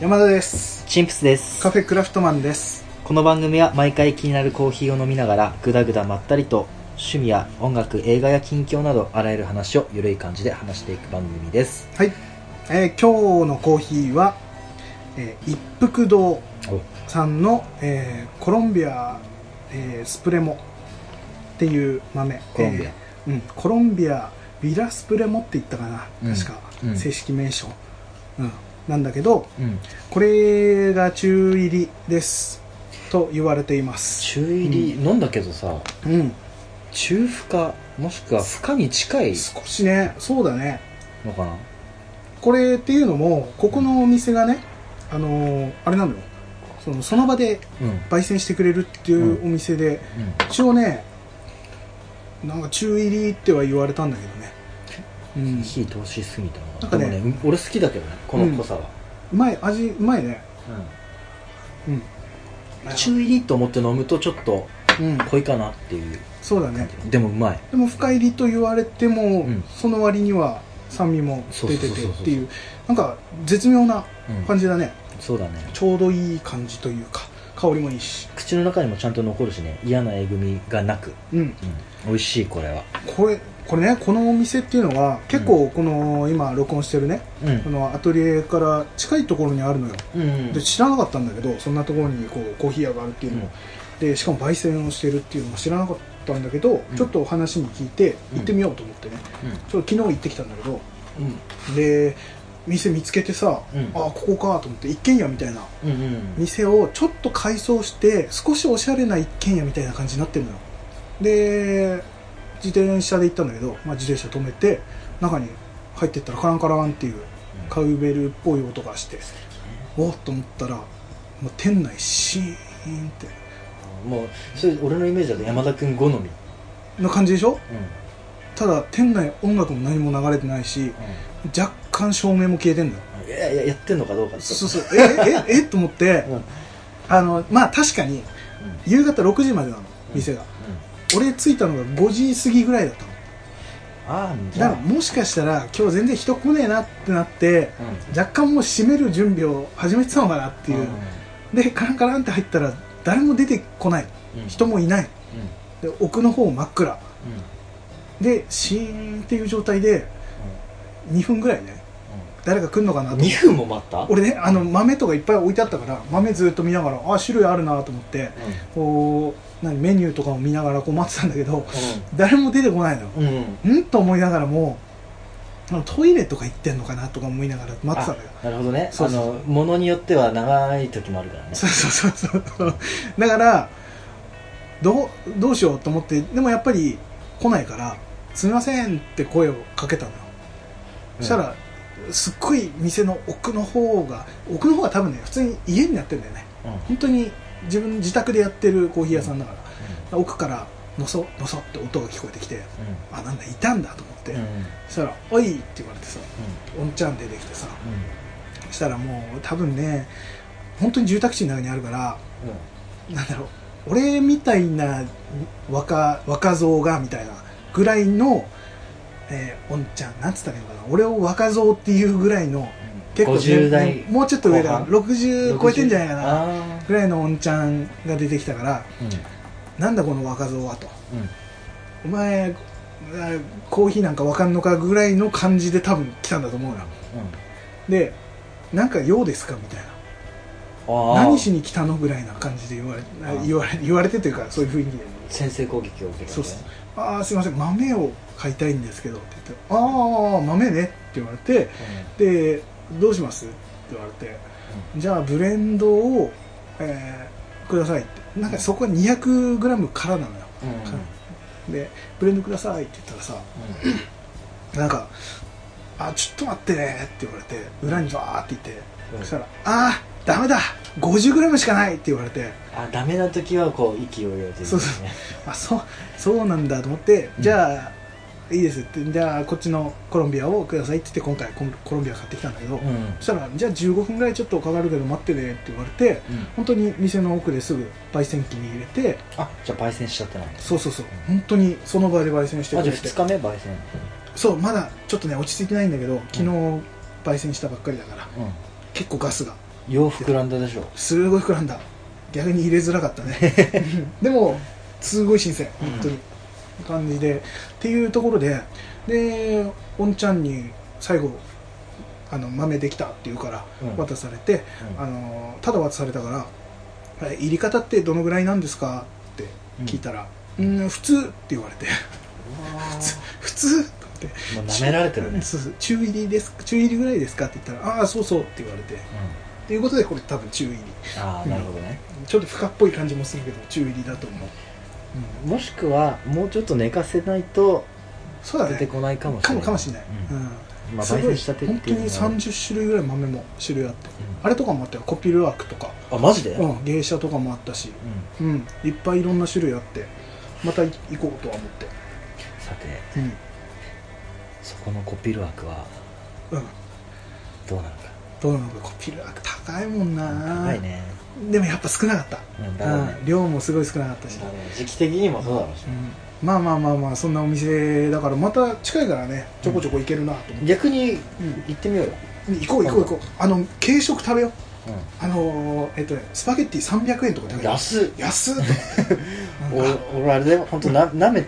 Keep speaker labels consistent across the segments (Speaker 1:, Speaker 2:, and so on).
Speaker 1: 山田です
Speaker 2: チンプスです
Speaker 1: カフェクラフトマンです
Speaker 2: この番組は毎回気になるコーヒーを飲みながらぐだぐだまったりと趣味や音楽映画や近況などあらゆる話をゆるい感じで話していく番組です
Speaker 1: はい、えー今日のコーヒーは、えー一服堂さんの、えーコロンビア、えースプレモっていう豆
Speaker 2: コロンビア
Speaker 1: えーうん、コロンビアビラスプレモって言ったかな、
Speaker 2: うん
Speaker 1: 確か、
Speaker 2: うん
Speaker 1: 正式名称、うん、なんだけど
Speaker 2: うん
Speaker 1: これが中入りですと言われています
Speaker 2: 中入り、飲んだけどさ
Speaker 1: うん
Speaker 2: 中深もしくは深に近い
Speaker 1: 少しねそうだね
Speaker 2: のかな
Speaker 1: これっていうのもここのお店がねあのーあれなのよそのその場で
Speaker 2: うんうん
Speaker 1: 焙煎してくれるっていう
Speaker 2: う
Speaker 1: お店で、一応ねなんか中入りっては言われたんだけどね、うん、
Speaker 2: 火通しすぎたの
Speaker 1: なん
Speaker 2: か
Speaker 1: か
Speaker 2: な
Speaker 1: ね
Speaker 2: でもね俺好きだけどねこの濃さは、
Speaker 1: うまい味うまいねうん
Speaker 2: うん中入りと思って飲むとちょっと
Speaker 1: うん
Speaker 2: 濃いかなっていう
Speaker 1: そうだね
Speaker 2: でもうまい
Speaker 1: でも深入りと言われても、
Speaker 2: ん
Speaker 1: その割には酸味も出てて
Speaker 2: そうそうそうそう
Speaker 1: っていうなんか絶妙な
Speaker 2: うん
Speaker 1: 感じだね、
Speaker 2: そうだね
Speaker 1: ちょうどいい感じというか香りもいいし
Speaker 2: 口の中にもちゃんと残るしね嫌なえぐみがなく、
Speaker 1: うん
Speaker 2: 美味しいこれは
Speaker 1: これこれねこのお店っていうのは結構この、今録音してるね
Speaker 2: う
Speaker 1: こ
Speaker 2: ん
Speaker 1: のアトリエから近いところにあるのよ
Speaker 2: うん
Speaker 1: で知らなかったんだけどそんなところにこうコーヒー屋があるっていうのを、でしかも焙煎をしてるっていうのも知らなかったんだけど、
Speaker 2: うん
Speaker 1: ちょっとお話に聞いて
Speaker 2: うん
Speaker 1: 行ってみようと思ってね、ちょっと昨日行ってきたんだけど
Speaker 2: うん
Speaker 1: で店見つけてさ、
Speaker 2: うん
Speaker 1: ああここかと思って一軒家みたいな
Speaker 2: うんうん
Speaker 1: 店をちょっと改装して少しおしゃれな一軒家みたいな感じになってるのよで自転車で行ったんだけど、まあ、自転車止めて中に入ってったらカランカランっていうカウベルっぽい音がしておっと思ったらもう店内シーンって
Speaker 2: もうそれ俺のイメージだと山田君好みうん
Speaker 1: な感じでしょただ店内音楽も何も流れてないし若干照明も消えてんだよ
Speaker 2: いやいややってんのかどうかって
Speaker 1: そうそうええええと思って
Speaker 2: うんうん
Speaker 1: あのまあ確かに夕方6時までなの店が俺着いたのが5時過ぎぐらいだったの
Speaker 2: ああじ
Speaker 1: だ
Speaker 2: ゃ
Speaker 1: からもしかしたら今日全然人来ねえなってなって
Speaker 2: あうんっ
Speaker 1: 若干もう閉める準備を始めてたのかなっていう、でカランカランって入ったら誰も出てこない人もいないで奥の方真っ暗
Speaker 2: うんうん
Speaker 1: でシーンっていう状態で2分ぐらいね誰か来るのかなと
Speaker 2: うん
Speaker 1: 思っ
Speaker 2: 2
Speaker 1: て
Speaker 2: 分も待った
Speaker 1: 俺ねあの豆とかいっぱい置いてあったから豆ずっと見ながらあ種類あるなと思ってこう何メニューとかを見ながらこう待ってたんだけど誰も出てこないのよ
Speaker 2: うんうん
Speaker 1: んと思いながらもあのトイレとか行ってんのかなとか思いながら待ってた
Speaker 2: あ
Speaker 1: んだよ
Speaker 2: なるほどね
Speaker 1: そ
Speaker 2: あ
Speaker 1: うそう
Speaker 2: のものによっては長い時もあるからね
Speaker 1: そうそうそうそうだからどうどうしようと思ってでもやっぱり来ないから「すみません」って声をかけたのよそしたら、すっごい店の奥の方が奥の方が多分ね普通に家になってるんだよね
Speaker 2: うん
Speaker 1: 本当に自分自宅でやってるコーヒー屋さんだから、奥からのそのそって音が聞こえてきてあなんだいたんだと思って、
Speaker 2: うんうん
Speaker 1: そしたら「おい!」って言われてさおんちゃん出てきてさそしたらもう多分ね本当に住宅地の中にあるから
Speaker 2: うんうん
Speaker 1: なんだろう俺みたいな若若造がみたいなぐらいの、えー、おんちゃんなんつったらいいのかな俺を若造っていうぐらいの結構、
Speaker 2: 50代
Speaker 1: もうもうちょっと上かな
Speaker 2: 後
Speaker 1: 60超えてんじゃないかな
Speaker 2: な
Speaker 1: ぐらいのおんちゃんが出てきたから
Speaker 2: うん
Speaker 1: なんだこの若造はと
Speaker 2: うん
Speaker 1: お前あコーヒーなんかわかんのかぐらいの感じで多分来たんだと思うなでなんか用ですかみたいな
Speaker 2: うん
Speaker 1: 何しに来たのぐらいな感じで言われ
Speaker 2: あー
Speaker 1: 言われ言われてというかそういう雰囲気で
Speaker 2: 先制攻撃を受けた
Speaker 1: そうっす「ああすいません豆を買いたいんですけど」って言って「ああ豆ね」って言われて「でどうします?」って言われて「じゃあブレンドを、えーください」ってなんかそこは 200g からなのよ
Speaker 2: うんうんうん
Speaker 1: で「ブレンドください」って言ったらさなんか「あーちょっと待ってね」って言われて裏にバーっていてそしたら「ああダメだ 50g しかない」って言われて
Speaker 2: あダメな時はこう息を入れて
Speaker 1: そうそうあそうそうなんだと思ってじゃあ、いいですってじゃあこっちのコロンビアをくださいって言って今回コンコロンビア買ってきたんだけど、
Speaker 2: うん
Speaker 1: そしたらじゃあ15分ぐらいちょっとかかるけど待ってねって言われて
Speaker 2: うん
Speaker 1: 本当に店の奥ですぐ焙煎機に入れて
Speaker 2: あじゃあ焙煎しちゃってない
Speaker 1: そうそうそう本当にその場で焙煎して
Speaker 2: あ
Speaker 1: く
Speaker 2: じ
Speaker 1: れ
Speaker 2: ゃあ
Speaker 1: て
Speaker 2: 2日目焙煎
Speaker 1: そうまだちょっとね落ち着いてないんだけど昨日焙煎したばっかりだから
Speaker 2: うん
Speaker 1: 結構ガスが
Speaker 2: 洋服ランドでしょ
Speaker 1: すごい膨らんだ逆に入れづらかった ねでもすごい新鮮本当に、感じでっていうところででおんちゃんに最後あの豆できたって言うから
Speaker 2: うん
Speaker 1: 渡されて、あのただ渡されたからえ「入り方ってどのぐらいなんですか?」って聞いたら「うん普通」って言われて 「普通?」って
Speaker 2: もう舐められてるね、
Speaker 1: そうそう中入りです中入りぐらいですか?」って言ったら「ああそうそう」って言われてっていうことでこれ多分中入り
Speaker 2: ああなるほどね、
Speaker 1: ちょっと深っぽい感じもするけど中入りだと思う、うん、
Speaker 2: もしくはもうちょっと寝かせないと
Speaker 1: そうだ
Speaker 2: 出て
Speaker 1: ね
Speaker 2: こないかもしれ
Speaker 1: か
Speaker 2: な
Speaker 1: も
Speaker 2: い
Speaker 1: かもしれない、
Speaker 2: う
Speaker 1: うんん
Speaker 2: まあ
Speaker 1: す
Speaker 2: 焙
Speaker 1: ごい
Speaker 2: 煎したて
Speaker 1: 本
Speaker 2: って
Speaker 1: 当
Speaker 2: い
Speaker 1: に
Speaker 2: うのは
Speaker 1: 30種類ぐらい豆も種類あってあれとかもあったよコピルワークとか、
Speaker 2: うんあマジで、
Speaker 1: う
Speaker 2: うん
Speaker 1: ん、芸者とかもあったし、うん、いっぱいいろんな種類あってまた行こうとは思って
Speaker 2: さて
Speaker 1: うん、
Speaker 2: そこのコピール枠は
Speaker 1: うん、
Speaker 2: どうなのか
Speaker 1: どうなのかコピルワーク高いもんな
Speaker 2: 高いね、
Speaker 1: でもやっぱ少なかった、
Speaker 2: うん、だろうね
Speaker 1: うん、量もすごい少なかったし、
Speaker 2: だろうね時期的にもそうだろうし、
Speaker 1: うん、まあまあまあまあそんなお店だからまた近いからねちょこちょこ行けるなと思って、
Speaker 2: 逆に
Speaker 1: うん
Speaker 2: 行ってみようよ、
Speaker 1: 行こう行こう行こうあの軽食食べよう
Speaker 2: う
Speaker 1: あのー、えっとねスパゲッティ300円とか食べ
Speaker 2: ん、
Speaker 1: て
Speaker 2: 安っ
Speaker 1: 安っと
Speaker 2: 俺俺あれで本当ななめ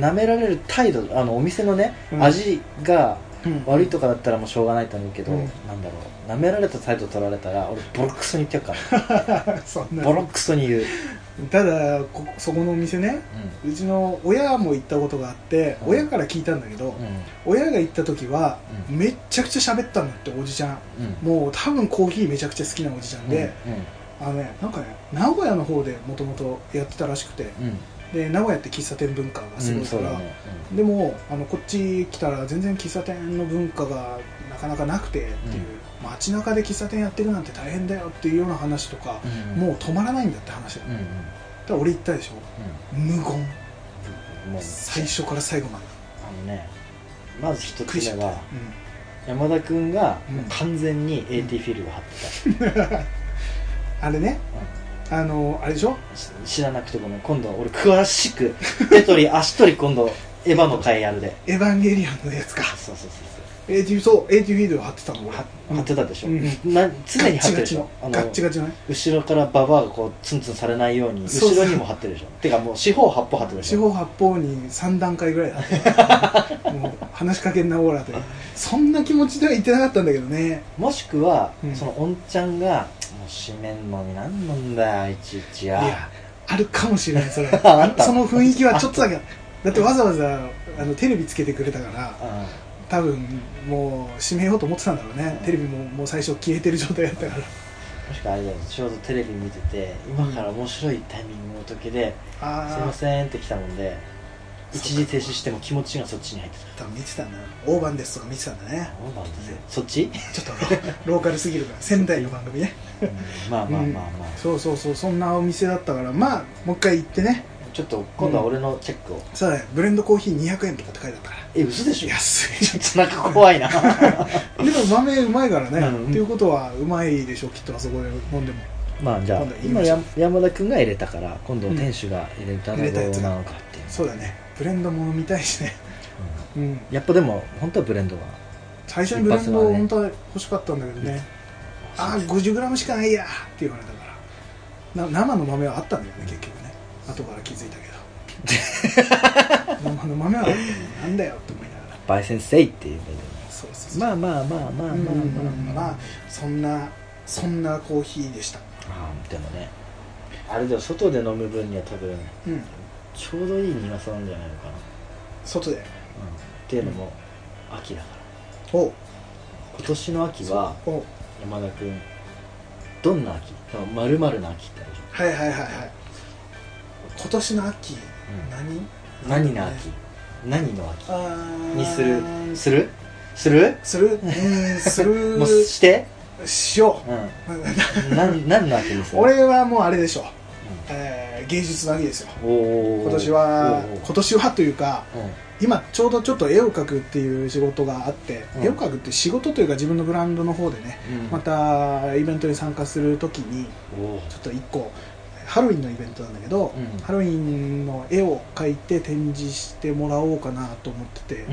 Speaker 2: なめられる態度あのお店のね、
Speaker 1: うん
Speaker 2: 味が
Speaker 1: うん
Speaker 2: 悪いとかだったらもうしょうがないと思うけど、
Speaker 1: うん
Speaker 2: なんだろうなめられた態度取られたら俺ボロクソに言ってやるから
Speaker 1: そ んな
Speaker 2: ボロクソに言う、
Speaker 1: ただこそこのお店ねうちの親も行ったことがあって、
Speaker 2: うん
Speaker 1: 親から聞いたんだけど、
Speaker 2: うん
Speaker 1: 親が行った時は、
Speaker 2: う
Speaker 1: めっちゃくちゃ喋ったんだっておじちゃん
Speaker 2: うん
Speaker 1: もう多分コーヒーめちゃくちゃ好きなおじちゃんで、あのねなんかね名古屋の方でもともとやってたらしくて
Speaker 2: うんうん
Speaker 1: で名古屋って喫茶店文化がす
Speaker 2: う
Speaker 1: ご
Speaker 2: ん
Speaker 1: い
Speaker 2: そ
Speaker 1: か
Speaker 2: う
Speaker 1: ら、
Speaker 2: だね、
Speaker 1: でもあのこっち来たら全然喫茶店の文化がなかなかなくてっていう、街中で喫茶店やってるなんて大変だよっていうような話とか
Speaker 2: う、ん、
Speaker 1: もう止まらないんだって話だ,、
Speaker 2: うんうん
Speaker 1: だから俺言ったでしょ無言
Speaker 2: うんもう
Speaker 1: 最初から最後まで
Speaker 2: あのねまず一
Speaker 1: 食いしち
Speaker 2: つ
Speaker 1: ゃっ
Speaker 2: 目
Speaker 1: た
Speaker 2: は山田君が
Speaker 1: うん
Speaker 2: もう完全に AT フィルが貼って
Speaker 1: あれねあのあれでしょ
Speaker 2: たし知らなくてごめん今度俺詳しく手取り足取り今度エヴァの回やるで
Speaker 1: エヴァンゲリアンのやつか
Speaker 2: そうそうそうそう
Speaker 1: AT そう AT フィードを貼ってたの俺
Speaker 2: は貼ってたでしょ、
Speaker 1: うん
Speaker 2: な常に貼ってるでしょあ
Speaker 1: ガッチガチの
Speaker 2: の
Speaker 1: ガッチガチのね
Speaker 2: 後ろからババアがこうツンツンされないように
Speaker 1: そう
Speaker 2: 後
Speaker 1: そう
Speaker 2: ろにも貼ってるでしょてかもう四方八方貼ってるでし
Speaker 1: 四
Speaker 2: ょ
Speaker 1: 方八方に3段階ぐらいだった もう話しかけんなオーラでそんな気持ちでは言ってなかったんだけどね
Speaker 2: もしくは、
Speaker 1: うん
Speaker 2: そのおんちゃんが「もう閉めんのになんなんだよいちいちや」
Speaker 1: いやあるかもしれないそ れ
Speaker 2: ああった
Speaker 1: その雰囲気はちょっとだけだってわざわざあのテレビつけてくれたから
Speaker 2: う
Speaker 1: 多分もう閉めようと思ってたんだろうねテレビももう最初消えてる状態だったから
Speaker 2: ん、もしくはあれだよちょうどテレビ見てて今から面白いタイミングの時で「
Speaker 1: あ
Speaker 2: すい
Speaker 1: あ
Speaker 2: ません」って来たもんで
Speaker 1: そうか
Speaker 2: 一時停止しても気持ちがそっちに入って
Speaker 1: 多分見てたんだな大番ですとか見てたんだね
Speaker 2: たそうなんですよそっち、
Speaker 1: ちょっとロローカルすぎるから仙台の番組ね
Speaker 2: うんまあまあまあまあ、
Speaker 1: そうそうそうそんなお店だったからまあもう一回行ってね
Speaker 2: ちょっと今度は俺のチェックを、
Speaker 1: さあブレンドコーヒー200円とかって書いてあったから
Speaker 2: え嘘でしょ
Speaker 1: 安い
Speaker 2: ちょっとなんか怖い な
Speaker 1: でも豆うまいからね、
Speaker 2: うん
Speaker 1: っていうことはうまいでしょきっとあそこで飲んでも
Speaker 2: まあじゃあ
Speaker 1: 今度言い
Speaker 2: 今
Speaker 1: ましょう
Speaker 2: や山田君が入れたから今度店主が入れた
Speaker 1: うん入れた
Speaker 2: ら
Speaker 1: や
Speaker 2: ど
Speaker 1: つ
Speaker 2: う
Speaker 1: が
Speaker 2: なのかっていう、
Speaker 1: そうだねブレンドも飲みたいしねうん
Speaker 2: うんやっぱでも本当はブレンドが
Speaker 1: 最初にブレンドを
Speaker 2: 一発はね
Speaker 1: 本当は欲しかったんだけどね、ああ 50g しかないやって言われたからな生の豆はあったんだよね結局ね後から気づいたけ ど生の豆はなんだよって思いながら
Speaker 2: 焙煎せいっていうので
Speaker 1: そうそうそう
Speaker 2: まあまあまあまあまあ
Speaker 1: うん
Speaker 2: まあ
Speaker 1: まあそんなそんなコーヒーでした
Speaker 2: あーでもねあれでも外で飲む分には多分
Speaker 1: うん
Speaker 2: ちょうどいい苦さなんじゃないのかな、
Speaker 1: 外で
Speaker 2: うんっていうのも秋だから
Speaker 1: おう
Speaker 2: 今年の秋は
Speaker 1: おう
Speaker 2: 山田君どんな秋まるまるな秋ってあるじ
Speaker 1: はいはいはいはい今年の秋、何
Speaker 2: ゃん何の秋何の秋
Speaker 1: あー
Speaker 2: にするするする
Speaker 1: するうーんする
Speaker 2: もうして
Speaker 1: しよ
Speaker 2: う
Speaker 1: う
Speaker 2: ん 何何の秋にする
Speaker 1: 俺はもうあれでしょ、えー芸術の秋ですよ
Speaker 2: おお
Speaker 1: 今年は
Speaker 2: おー
Speaker 1: 今年はというか
Speaker 2: うん
Speaker 1: 今ちょうどちょっと絵を描くっていう仕事があって、
Speaker 2: うん
Speaker 1: 絵を描くって仕事というか自分のブランドの方でね
Speaker 2: うん
Speaker 1: またイベントに参加するときに
Speaker 2: おー
Speaker 1: ちょっと一個ハロウィンのイベントなんだけど、
Speaker 2: うん
Speaker 1: ハロウィンの絵を描いて展示してもらおうかなと思ってて、
Speaker 2: う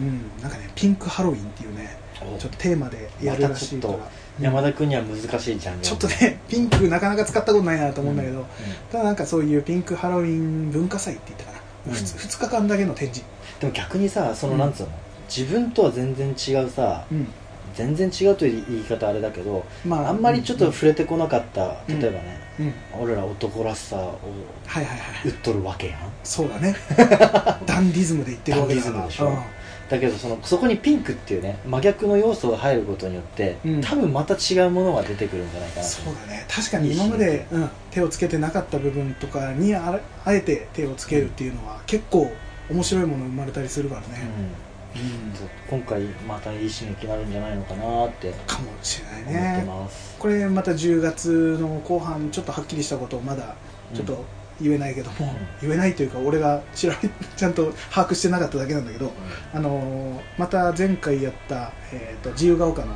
Speaker 2: ん
Speaker 1: うん、なんかねピンクハロウィンっていうね
Speaker 2: お
Speaker 1: ちょっとテーマでやるらしいから、
Speaker 2: またちょっ山田君には難しいジャンル
Speaker 1: ちょっとねピンクなかなか使ったことないなと思うんだけど、
Speaker 2: うん
Speaker 1: ただなんかそういうピンクハロウィン文化祭って言ったかな、
Speaker 2: うん
Speaker 1: 2, 日間だけの展示、
Speaker 2: でも逆にさその
Speaker 1: うん
Speaker 2: なんつうの、自分とは全然違うさ
Speaker 1: うん
Speaker 2: 全然違うという言い方あれだけど
Speaker 1: ま
Speaker 2: あんまりちょっと
Speaker 1: うん
Speaker 2: 触れてこなかった、
Speaker 1: うん
Speaker 2: 例えばね
Speaker 1: うん
Speaker 2: 俺ら男らしさを
Speaker 1: はいはいは
Speaker 2: 売っ
Speaker 1: い
Speaker 2: とるわけやん
Speaker 1: そうだ ねダンディズムで言ってるわけだから
Speaker 2: ダンディズムでだけどそのそこにピンクっていうね真逆の要素が入ることによって、
Speaker 1: うん
Speaker 2: 多分また違うものが出てくるんじゃないか
Speaker 1: うん
Speaker 2: な
Speaker 1: そうだね確かに今まで、うん、手をつけてなかった部分とかにあれあえて手をつけるっていうのは結構面白いもの生まれたりするから
Speaker 2: う
Speaker 1: ね、
Speaker 2: ん
Speaker 1: うん
Speaker 2: そう今回またいい刺激になるんじゃないのかなって
Speaker 1: かもしれない
Speaker 2: 思って
Speaker 1: ね
Speaker 2: ます、
Speaker 1: これまた10月の後半ちょっとはっきりしたことをまだちょっと言えないけども、言えないというか俺が知らないちゃんと把握してなかっただけなんだけど、あのーまた前回やった、えー、と自由が丘の、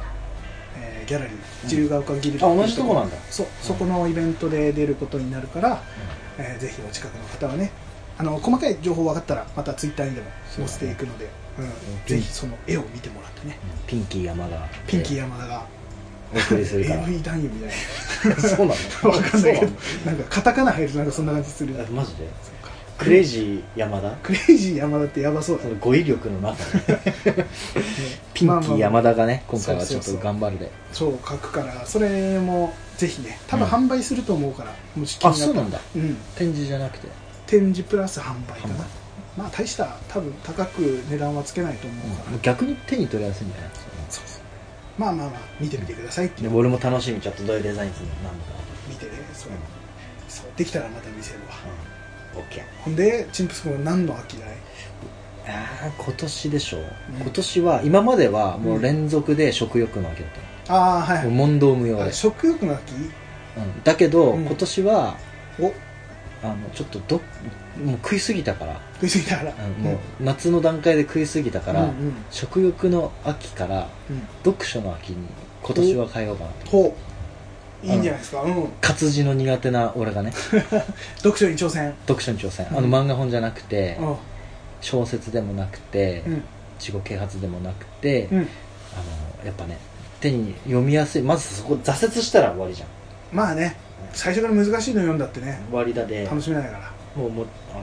Speaker 1: えーギャラリー自由が丘ギルド、
Speaker 2: あ同じとこなんだ
Speaker 1: そうそこのイベントで出ることになるから、えーぜひお近くの方はねあの細かい情報分かったらまたツイッターにでも載せていくので、うん、ぜひその絵を見てもらってね
Speaker 2: ピンキー山が
Speaker 1: ピンキー山田が
Speaker 2: お送りするから
Speaker 1: AV 男優みたいな
Speaker 2: そうなの
Speaker 1: わかんないけど
Speaker 2: そ、
Speaker 1: なんかカタカナ入るとなんかそんな感じする
Speaker 2: う。なのあマジで
Speaker 1: そうか
Speaker 2: クレイジー山田
Speaker 1: クレイジー山田ってやばそうだ
Speaker 2: そ
Speaker 1: ね。
Speaker 2: の語彙力 の中にピンキー山田がね今回はちょっ
Speaker 1: そうそ
Speaker 2: と
Speaker 1: うそう
Speaker 2: 頑張るで
Speaker 1: そう書くから、それもぜひね、多分
Speaker 2: うん
Speaker 1: 販売すると思うから、もし気
Speaker 2: あ
Speaker 1: にな
Speaker 2: そう
Speaker 1: ったら
Speaker 2: なんだ
Speaker 1: うん、
Speaker 2: 展示じゃなくて
Speaker 1: 展示プラス販売か
Speaker 2: 販
Speaker 1: な
Speaker 2: 売。
Speaker 1: まあ大した多分高く値段はつけないと思うから、
Speaker 2: 逆に手に取りやすいんじゃない
Speaker 1: そうそうまあまあまあ見てみてくださいってい
Speaker 2: で
Speaker 1: う
Speaker 2: 俺も楽しみちょっとどういうデザインするのなんだか
Speaker 1: 見てねそれもそうできたらまた見せるわ
Speaker 2: うん OK
Speaker 1: ほんでチンプス君は何の秋だい
Speaker 2: あー今年でしょ、今年は今まではもう連続で食欲の秋だっ
Speaker 1: ああ
Speaker 2: た、
Speaker 1: はい
Speaker 2: もう問答無用
Speaker 1: あ
Speaker 2: で
Speaker 1: れ、食欲の秋
Speaker 2: うんだけど、
Speaker 1: うん
Speaker 2: 今年は
Speaker 1: お
Speaker 2: あのちょっとどもう食いすぎたから、
Speaker 1: 食いすぎたから、
Speaker 2: うんもう夏の段階で食いすぎたから、
Speaker 1: うんうん
Speaker 2: 食欲の秋から
Speaker 1: うん
Speaker 2: 読書の秋に今年は変えようかなと
Speaker 1: ほういいんじゃないですか、うん、
Speaker 2: 活字の苦手な俺がね
Speaker 1: 読書に挑戦
Speaker 2: 読書に挑戦
Speaker 1: うん
Speaker 2: あの漫画本じゃなくて、
Speaker 1: うん
Speaker 2: 小説でもなくて、
Speaker 1: うん
Speaker 2: 自己啓発でもなくて、
Speaker 1: うん
Speaker 2: あのやっぱね手に読みやすいまずそこ挫折したら終わりじゃん
Speaker 1: まあね最初から難しいの読んだってね
Speaker 2: 終わりだで
Speaker 1: 楽しめないから
Speaker 2: もうもうあ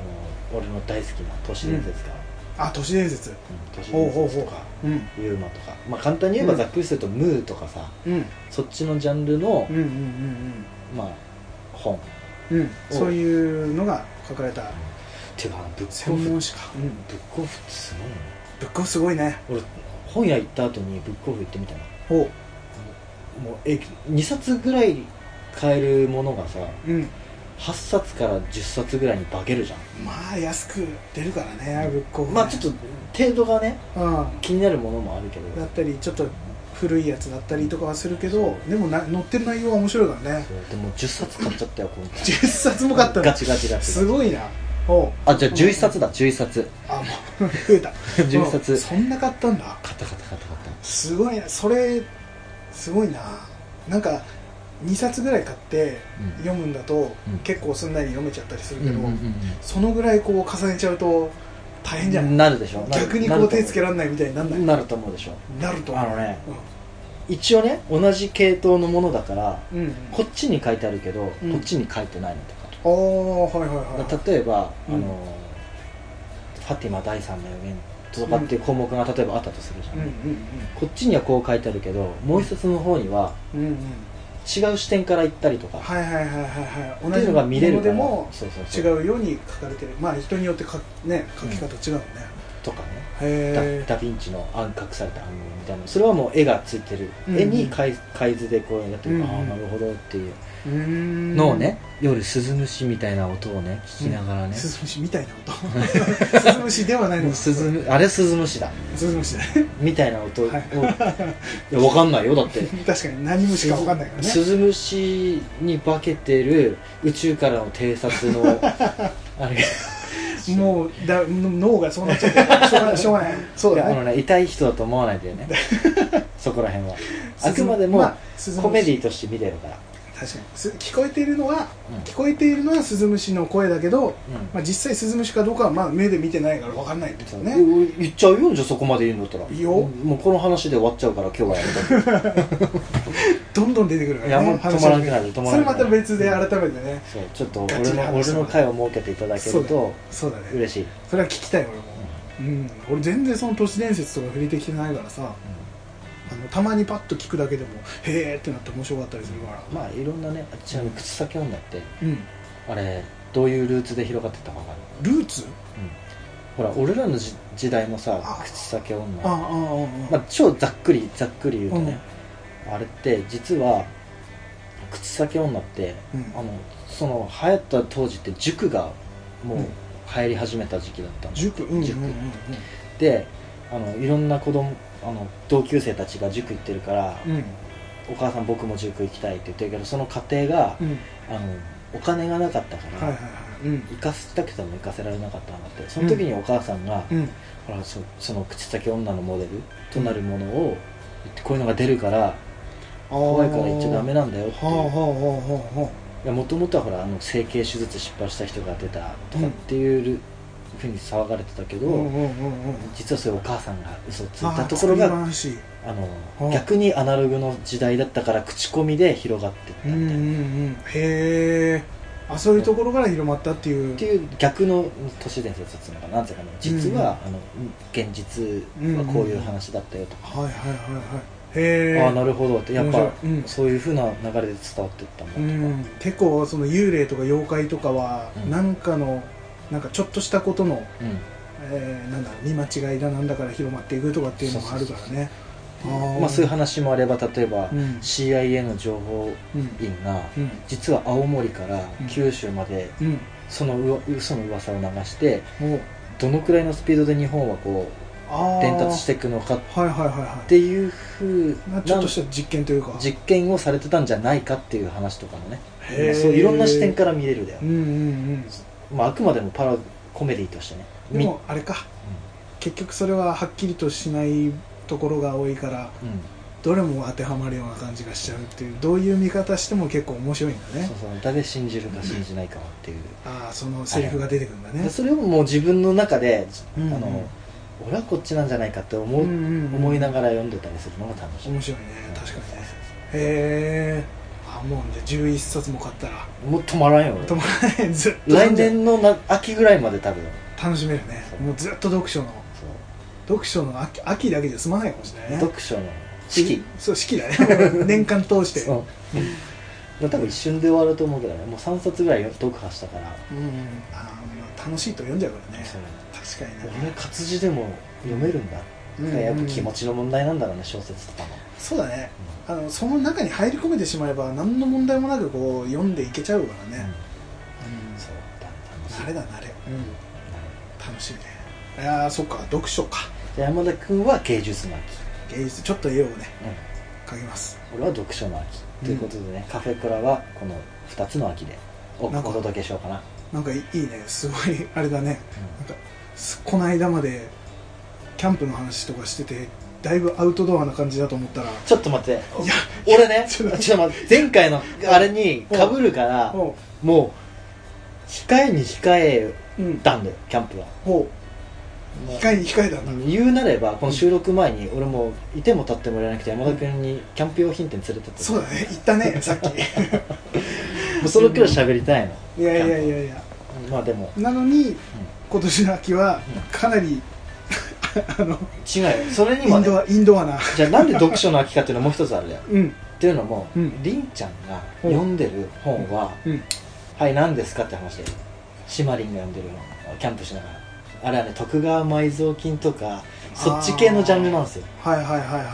Speaker 2: の俺の大好きな都市伝説から、
Speaker 1: あ都市伝説
Speaker 2: うん都市
Speaker 1: ほう
Speaker 2: 伝
Speaker 1: ほう
Speaker 2: 説
Speaker 1: ほ
Speaker 2: とか
Speaker 1: ううん
Speaker 2: ユーマとか、まあ、簡単に言えば
Speaker 1: うん
Speaker 2: ざっくりすると、ムーとかさ
Speaker 1: うん
Speaker 2: そっちのジャンルの、
Speaker 1: うんうんうん
Speaker 2: まあ本っ
Speaker 1: うんうんそういうのが書かれた
Speaker 2: ていうかあのブックオ
Speaker 1: 専
Speaker 2: フブ
Speaker 1: 門
Speaker 2: ッ
Speaker 1: 誌かうん
Speaker 2: クオフってすごいね
Speaker 1: ぶっこすごいね
Speaker 2: 俺本屋行った後にブックオフ行ってみたの
Speaker 1: ほ
Speaker 2: もうえ2冊ぐらい買えるものがさ
Speaker 1: ううん
Speaker 2: 8冊から10冊ぐらいに化けるじゃん
Speaker 1: まあ安く出るからねぶっこ
Speaker 2: まあちょっと程度がね
Speaker 1: とう
Speaker 2: 気になるものもあるけど
Speaker 1: んだったりちょっと古いやつだったりとかはするけどでもな載ってる内容は面白いからね
Speaker 2: そうでも10冊買っちゃったよ今回
Speaker 1: 10冊も買ったの
Speaker 2: ガチガチガチ
Speaker 1: すごいなおう
Speaker 2: あじゃあ11冊だ11冊
Speaker 1: あもう増えた
Speaker 2: 11冊
Speaker 1: うんそんな買ったんだ
Speaker 2: 買った買った買った買った
Speaker 1: すごいなそれすごいななんか2冊ぐらい買って
Speaker 2: うん
Speaker 1: 読むんだと、
Speaker 2: うん
Speaker 1: 結構すんなり読めちゃったりする
Speaker 2: うん
Speaker 1: け
Speaker 2: う
Speaker 1: ど、
Speaker 2: ん
Speaker 1: そのぐらいこう重ねちゃうと大変じゃ、
Speaker 2: うんんなるでしょなる
Speaker 1: 逆にこう手つけ
Speaker 2: な
Speaker 1: られないみたいになん
Speaker 2: る
Speaker 1: ない
Speaker 2: と思うなると思うでしょ
Speaker 1: なると
Speaker 2: あのね
Speaker 1: うん
Speaker 2: 一応ね同じ系統のものだから
Speaker 1: うんうん、
Speaker 2: こっちに書いてあるけど、
Speaker 1: うん
Speaker 2: こっちに書いてないのとか
Speaker 1: ああはいはいはい
Speaker 2: だ例えば、
Speaker 1: うん
Speaker 2: あのファティマ第三の予言とかっていう項目が例えばあったとするじゃん、
Speaker 1: うん
Speaker 2: こっちにはこう書いてあるけどもう一つの方には
Speaker 1: うんうんうんうん
Speaker 2: 違う視点から行ったりとか、
Speaker 1: はいはいはいはいはい
Speaker 2: っていうのが見れる
Speaker 1: 同
Speaker 2: か
Speaker 1: じ
Speaker 2: ら
Speaker 1: もの
Speaker 2: そうそう
Speaker 1: で
Speaker 2: そう
Speaker 1: も違うように書かれてるまあ人によって書,、ね、書き方違うもんね、
Speaker 2: とかねダ
Speaker 1: へえ
Speaker 2: ダヴィンチの暗隠された暗号みたいなそれはもう絵がついてる、
Speaker 1: うん
Speaker 2: 絵に改改図でこうやってる、
Speaker 1: うん
Speaker 2: ああなるほどっていうの
Speaker 1: の
Speaker 2: をね、夜鈴虫みたいな音をね聞きなが らね、
Speaker 1: スズムシみたいな音スズムシではないのか
Speaker 2: 鈴虫あれ鈴虫だ
Speaker 1: スズムシだね
Speaker 2: みたいな音を、
Speaker 1: はい
Speaker 2: い、やわかんないよだって
Speaker 1: 確かに何虫か分かんないからね
Speaker 2: スズムシに化けてる宇宙からの偵 察のあれ
Speaker 1: もうだ脳がそうなっちゃってしょうがないしょうがないそう
Speaker 2: い
Speaker 1: だ
Speaker 2: やあの
Speaker 1: ね
Speaker 2: ね痛い人だと 思わないでねそこら辺はあ
Speaker 1: スズ
Speaker 2: くまでも
Speaker 1: あスズムシ
Speaker 2: コメディとして見てるから
Speaker 1: 確かにす聞こえているのは
Speaker 2: うん
Speaker 1: 聞こえているのはスズムシの声だけど、
Speaker 2: うん
Speaker 1: まあ、実際スズムシかどうかはまあ目で見てないから分かんないってことね、
Speaker 2: お言っちゃうよじゃあそこまで言うんだったら
Speaker 1: いいよ
Speaker 2: もうこの話で終わっちゃうから今日はやめとく
Speaker 1: どんどん出て くるから
Speaker 2: いや
Speaker 1: ね
Speaker 2: もう
Speaker 1: 話
Speaker 2: 止まらなくなる止
Speaker 1: そ
Speaker 2: まら
Speaker 1: れ
Speaker 2: なくな
Speaker 1: ま
Speaker 2: る
Speaker 1: た別で改めてね、
Speaker 2: そうちょっ
Speaker 1: ガ
Speaker 2: と
Speaker 1: チ
Speaker 2: 俺
Speaker 1: な
Speaker 2: の
Speaker 1: 話
Speaker 2: 俺の回を設けていただけると
Speaker 1: そうだね
Speaker 2: 嬉しい、
Speaker 1: それは聞きたい俺もうん俺全然その都市伝説とか触れてきてないからさあのたまにパッと聞くだけでもへーってなって面白かったりするから
Speaker 2: まあいろんなねあちなみに口先女って
Speaker 1: うん
Speaker 2: あれどういうルーツで広がってったか分かる
Speaker 1: ルーツ
Speaker 2: ほら俺らのじ時代もさ
Speaker 1: あ
Speaker 2: 口先女
Speaker 1: ああああ
Speaker 2: ま
Speaker 1: あ
Speaker 2: あ、超ざっくりざっくり言うとね、あれって実は口先女って
Speaker 1: うん
Speaker 2: あのその流行った当時って塾がもう
Speaker 1: うん
Speaker 2: 流行り始めた時期だったの、
Speaker 1: 塾うんうんうんうん
Speaker 2: であのいろんな子供あの同級生たちが塾行ってるから、
Speaker 1: うん
Speaker 2: お母さん僕も塾行きたいって言ってるけどその家庭が、
Speaker 1: うん
Speaker 2: あのお金がなかったから、
Speaker 1: はいはいはいうん
Speaker 2: 行かせたくても行かせられなかったんだってその時にお母さんが、
Speaker 1: うん
Speaker 2: ほらそその口先女のモデルとなるものを、こういうのが出るから怖いから行っちゃダメ
Speaker 1: だ
Speaker 2: なんだよって
Speaker 1: はあはあはあはあはい
Speaker 2: もともとはほらあの整形手術失敗した人が出たとかっていうルふうに騒がれてたけど、
Speaker 1: あうんうんうんうん
Speaker 2: 実はそういうお母さんが嘘つい
Speaker 1: あ
Speaker 2: た
Speaker 1: ー
Speaker 2: ところ
Speaker 1: 作り
Speaker 2: が
Speaker 1: 話
Speaker 2: あ
Speaker 1: う
Speaker 2: の
Speaker 1: ん
Speaker 2: 逆にアナログの時代だったから口コミで広がってった
Speaker 1: う
Speaker 2: み
Speaker 1: ん
Speaker 2: た
Speaker 1: う
Speaker 2: い
Speaker 1: ん
Speaker 2: な、っ
Speaker 1: うんへえあそういうところから広まったっていう
Speaker 2: ていう逆の都市伝説っていうのかななんていうのかな実は、あの現実はこういう話だったよとか、
Speaker 1: はいはいはいはいへえ
Speaker 2: ああなるほどってやっぱ
Speaker 1: 面、白いうん
Speaker 2: そういうふうな流れで伝わってったんだと
Speaker 1: う
Speaker 2: か、
Speaker 1: ん、結構その幽霊とか妖怪とかは
Speaker 2: うん
Speaker 1: なんかの、なんかちょっとしたことの、
Speaker 2: うん
Speaker 1: えーなんだ見間違いだなんだから広まっていくとかっていうのもあるからねあー
Speaker 2: まあ、そういう話もあれば例えば、
Speaker 1: うん
Speaker 2: CIA の情報
Speaker 1: うん
Speaker 2: 員が
Speaker 1: うん
Speaker 2: 実は青森から
Speaker 1: うん
Speaker 2: 九州まで
Speaker 1: うん
Speaker 2: そのうわ嘘の噂を流して
Speaker 1: もう
Speaker 2: どのくらいのスピードで日本はこう
Speaker 1: あー
Speaker 2: 伝達していくのかっ
Speaker 1: はいはいはいは
Speaker 2: ていうふう
Speaker 1: い
Speaker 2: な
Speaker 1: なちょっとした実験というか
Speaker 2: 実験をされてたんじゃないかっていう話とかもね
Speaker 1: へー
Speaker 2: そういろんな視点から見れるだよ
Speaker 1: うん、うん
Speaker 2: まあ、あくまでもパラコメディとしてね
Speaker 1: うんでもあれか結局それははっきりとしないところが多いから
Speaker 2: みうん
Speaker 1: どれも当てはまるような感じがしちゃうっていうどういう見方しても結構面白いんだね
Speaker 2: そうそう誰信じるか信じないかっていう、
Speaker 1: ああそのセリフが出てくるんだね
Speaker 2: でそれをもう自分の中で、
Speaker 1: うんうん
Speaker 2: あの俺はこっちなんじゃないかって思う、思いながら読んでたりするのが楽しい
Speaker 1: 面白いね確かにねへえあもうね11冊も買ったら
Speaker 2: もう止まらんよ俺
Speaker 1: 止まらないずっと読
Speaker 2: 来
Speaker 1: んじゃう
Speaker 2: 年のな秋ぐらいまで多分
Speaker 1: 楽しめるね
Speaker 2: そう
Speaker 1: もうずっと読書の
Speaker 2: そう、
Speaker 1: 読書の秋秋だけじゃ済まないかもしれないね
Speaker 2: 読書の四季
Speaker 1: そう四季だね 年間通して
Speaker 2: そうまあ多分一瞬で終わると思うけどねもう3冊ぐらい読破したから、
Speaker 1: うんうんあー楽しいと読んじゃうからね
Speaker 2: そう
Speaker 1: 確かにね
Speaker 2: 俺活字でも読めるんだ、
Speaker 1: うん
Speaker 2: やっぱ気持ちの問題なんだろうね小説とかも、
Speaker 1: そうだねあのその中に入り込めてしまえば何の問題もなくこう読んでいけちゃうからね
Speaker 2: うんそうだ楽しい
Speaker 1: 慣れだ慣れ
Speaker 2: は
Speaker 1: 楽しいねいやーそっか読書か
Speaker 2: いじゃあ山田君は芸術の秋、
Speaker 1: 芸術ちょっと絵をね
Speaker 2: うん
Speaker 1: 書きます
Speaker 2: 俺は読書の秋、
Speaker 1: うん
Speaker 2: ということでねカフェクラはこの2つの秋でおお
Speaker 1: なんか
Speaker 2: 届けしようかな
Speaker 1: なんかいいいねすごいあれだねなんかすこの間までキャンプの話とかしててだいぶアウトドアな感じだと思ったら
Speaker 2: ちょっと待って
Speaker 1: いや
Speaker 2: 俺ねち
Speaker 1: ち
Speaker 2: ょ
Speaker 1: ょ
Speaker 2: っ
Speaker 1: っ
Speaker 2: と
Speaker 1: と
Speaker 2: 待って前回のあれにかぶるから
Speaker 1: ほ
Speaker 2: もう控えに控え
Speaker 1: ううん
Speaker 2: たんだよキャンプは
Speaker 1: ほう控えに控えたんだ
Speaker 2: 言うなればこの収録前に俺もいても立ってもらえなくて山田君にキャンプ用品店連れてって
Speaker 1: そうだね言った ねさっき
Speaker 2: もうそのくらい喋りたい
Speaker 1: い
Speaker 2: の
Speaker 1: やいやいやいや
Speaker 2: まあでも
Speaker 1: なのに今年の秋はかなり あの
Speaker 2: 違うよそれに
Speaker 1: イ
Speaker 2: も
Speaker 1: ン
Speaker 2: ね
Speaker 1: ドアインドアな
Speaker 2: じゃあなんで読書の秋かっていうのはもう一つあるじゃんっ
Speaker 1: うん
Speaker 2: ていうのも
Speaker 1: うん
Speaker 2: りんちゃんが読んでる本は
Speaker 1: うん
Speaker 2: はい、何ですかって話で、シマリンが読んでるの、キャンプしながら。あれはね、徳川埋蔵金とか、そっち系のジャンルなんですよ。
Speaker 1: はいはいはいはいはいはい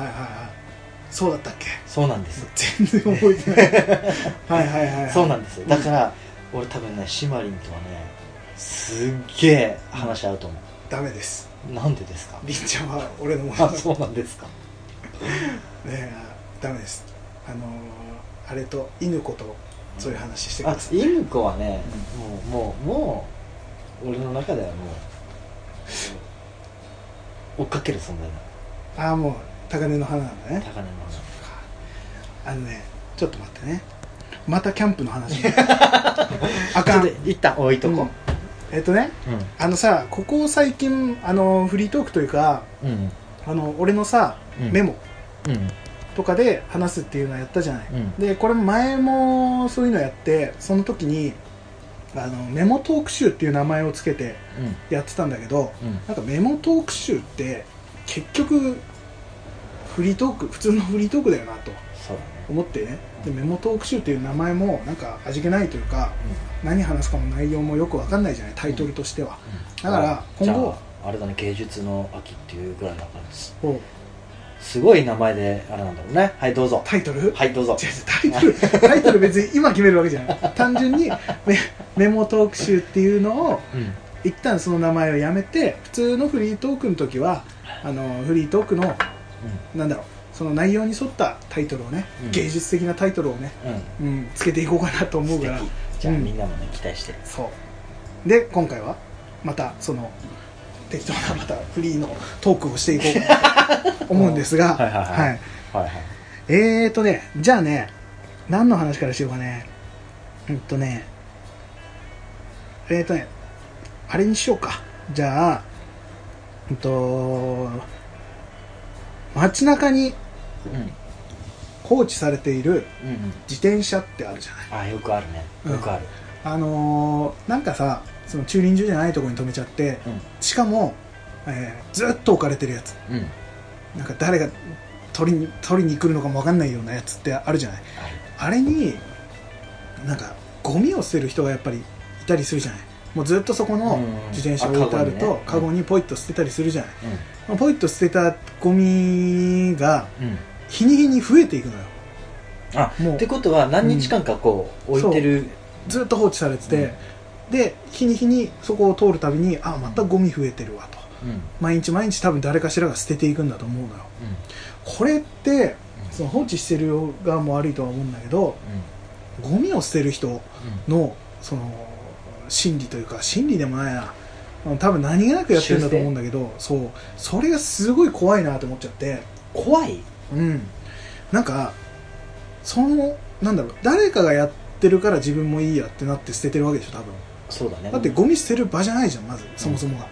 Speaker 1: そうだったっけ
Speaker 2: そうなんです。
Speaker 1: 全然覚えてないはいはいはい、はい、
Speaker 2: そう
Speaker 1: な
Speaker 2: なんですよ。だから、俺多分ね、シマリンとはね、すっげえ話し合うと思
Speaker 1: ダメです
Speaker 2: う。なんでですか
Speaker 1: りんちゃんは俺のもの
Speaker 2: あ、 そうなんですか。
Speaker 1: ねえダメですあのーあれと犬子とそういう話してく
Speaker 2: あ
Speaker 1: だ、さい
Speaker 2: イムコはね、もう、もう、もう、俺の中ではもう、追っかける存在
Speaker 1: ああもう高根の花なんだ
Speaker 2: だ。
Speaker 1: ね
Speaker 2: 高根の話。
Speaker 1: あのねちょっと待ってねまたキャンプの話 あかん
Speaker 2: ちょっと一旦置いとこ
Speaker 1: うんえっとね
Speaker 2: う
Speaker 1: あのさここ最近あのフリートークというか
Speaker 2: うんうん
Speaker 1: あの俺のさ
Speaker 2: うん
Speaker 1: メモ
Speaker 2: うん
Speaker 1: とかで話すっていうのやったじゃない、
Speaker 2: うん
Speaker 1: でこれ前もそういうのやってその時にあのメモトーク集っていう名前をつけて
Speaker 2: うん
Speaker 1: やってたんだけど
Speaker 2: うん
Speaker 1: なんかメモトーク集って結局フリートーク普通のフリートークだよなと
Speaker 2: そうだね
Speaker 1: 思ってねでメモトーク集っていう名前もなんか味気ないというか何話すかも内容もよく分かんないじゃないタイトルとしては、
Speaker 2: うん
Speaker 1: だから
Speaker 2: あ
Speaker 1: 今後
Speaker 2: じゃああれだね芸術の秋っていうぐらいだからす
Speaker 1: おう
Speaker 2: すごい名前であれなんだろうねはいどうぞ
Speaker 1: タイトル
Speaker 2: はいどうぞ
Speaker 1: 違う違うタイトルタイトル別に今決めるわけじゃない単純にメメモトーク集っていうのを
Speaker 2: うん
Speaker 1: 一旦その名前をやめて普通のフリートークの時はあのフリートークのなんだろうその内容に沿ったタイトルをね、
Speaker 2: うん
Speaker 1: 芸術的なタイトルをね、
Speaker 2: うんうん
Speaker 1: うん、つけていこうかなと思う
Speaker 2: 素
Speaker 1: から
Speaker 2: 敵じゃあ
Speaker 1: うん
Speaker 2: みんなもね期待して
Speaker 1: そうで今回はまたその適当なまたフリーのトークをしていこうかなと思うんですが
Speaker 2: はいはいはい
Speaker 1: はい
Speaker 2: はいはい
Speaker 1: えーとね、じゃあね、何の話からしようかね。うんとね、えーとね、あれにしようか。じゃあ、うんと、街中に
Speaker 2: うん
Speaker 1: 放置されている
Speaker 2: うんうん
Speaker 1: 自転車ってあるじゃない。
Speaker 2: あよくあるね
Speaker 1: うん
Speaker 2: よくある
Speaker 1: あのーなんかさ、その駐輪場じゃないところに止めちゃって、しかも、えーずっと置かれてるやつ。
Speaker 2: うんうん
Speaker 1: なんか誰が取りに取りに来るのかもわかんないようなやつってあるじゃない。
Speaker 2: ある
Speaker 1: あれになんかゴミを捨てる人がやっぱりいたりするじゃないもうずっとそこの
Speaker 2: うん
Speaker 1: 自転車置いてあると、
Speaker 2: あカ
Speaker 1: カ
Speaker 2: ゴにね
Speaker 1: ゴにポイッと捨てたりするじゃない、
Speaker 2: う
Speaker 1: まあポイッと捨てたゴミが
Speaker 2: んうん
Speaker 1: 日に日に増えていくのよ
Speaker 2: あ
Speaker 1: もう
Speaker 2: ってことは何日間かこう置いてる
Speaker 1: ずっと放置されてて、で日に日にそこを通るたびにあまたゴミ増えてるわと
Speaker 2: うん
Speaker 1: 毎日毎日多分誰かしらが捨てていくんだと思うのよ
Speaker 2: うん
Speaker 1: これってその放置してる側も悪いとは思うんだけどゴミを捨てる人のその心理というか心理でもないなあの多分何気なくやってるんだと思うんだけどそうそれがすごい怖いなと思っちゃって
Speaker 2: うん怖い
Speaker 1: うんなんかそのなんだろう誰かがやってるから自分もいいやってなって捨ててるわけでしょ多分
Speaker 2: そうだね
Speaker 1: だってゴミ捨てる場じゃないじゃんまずそもそもが、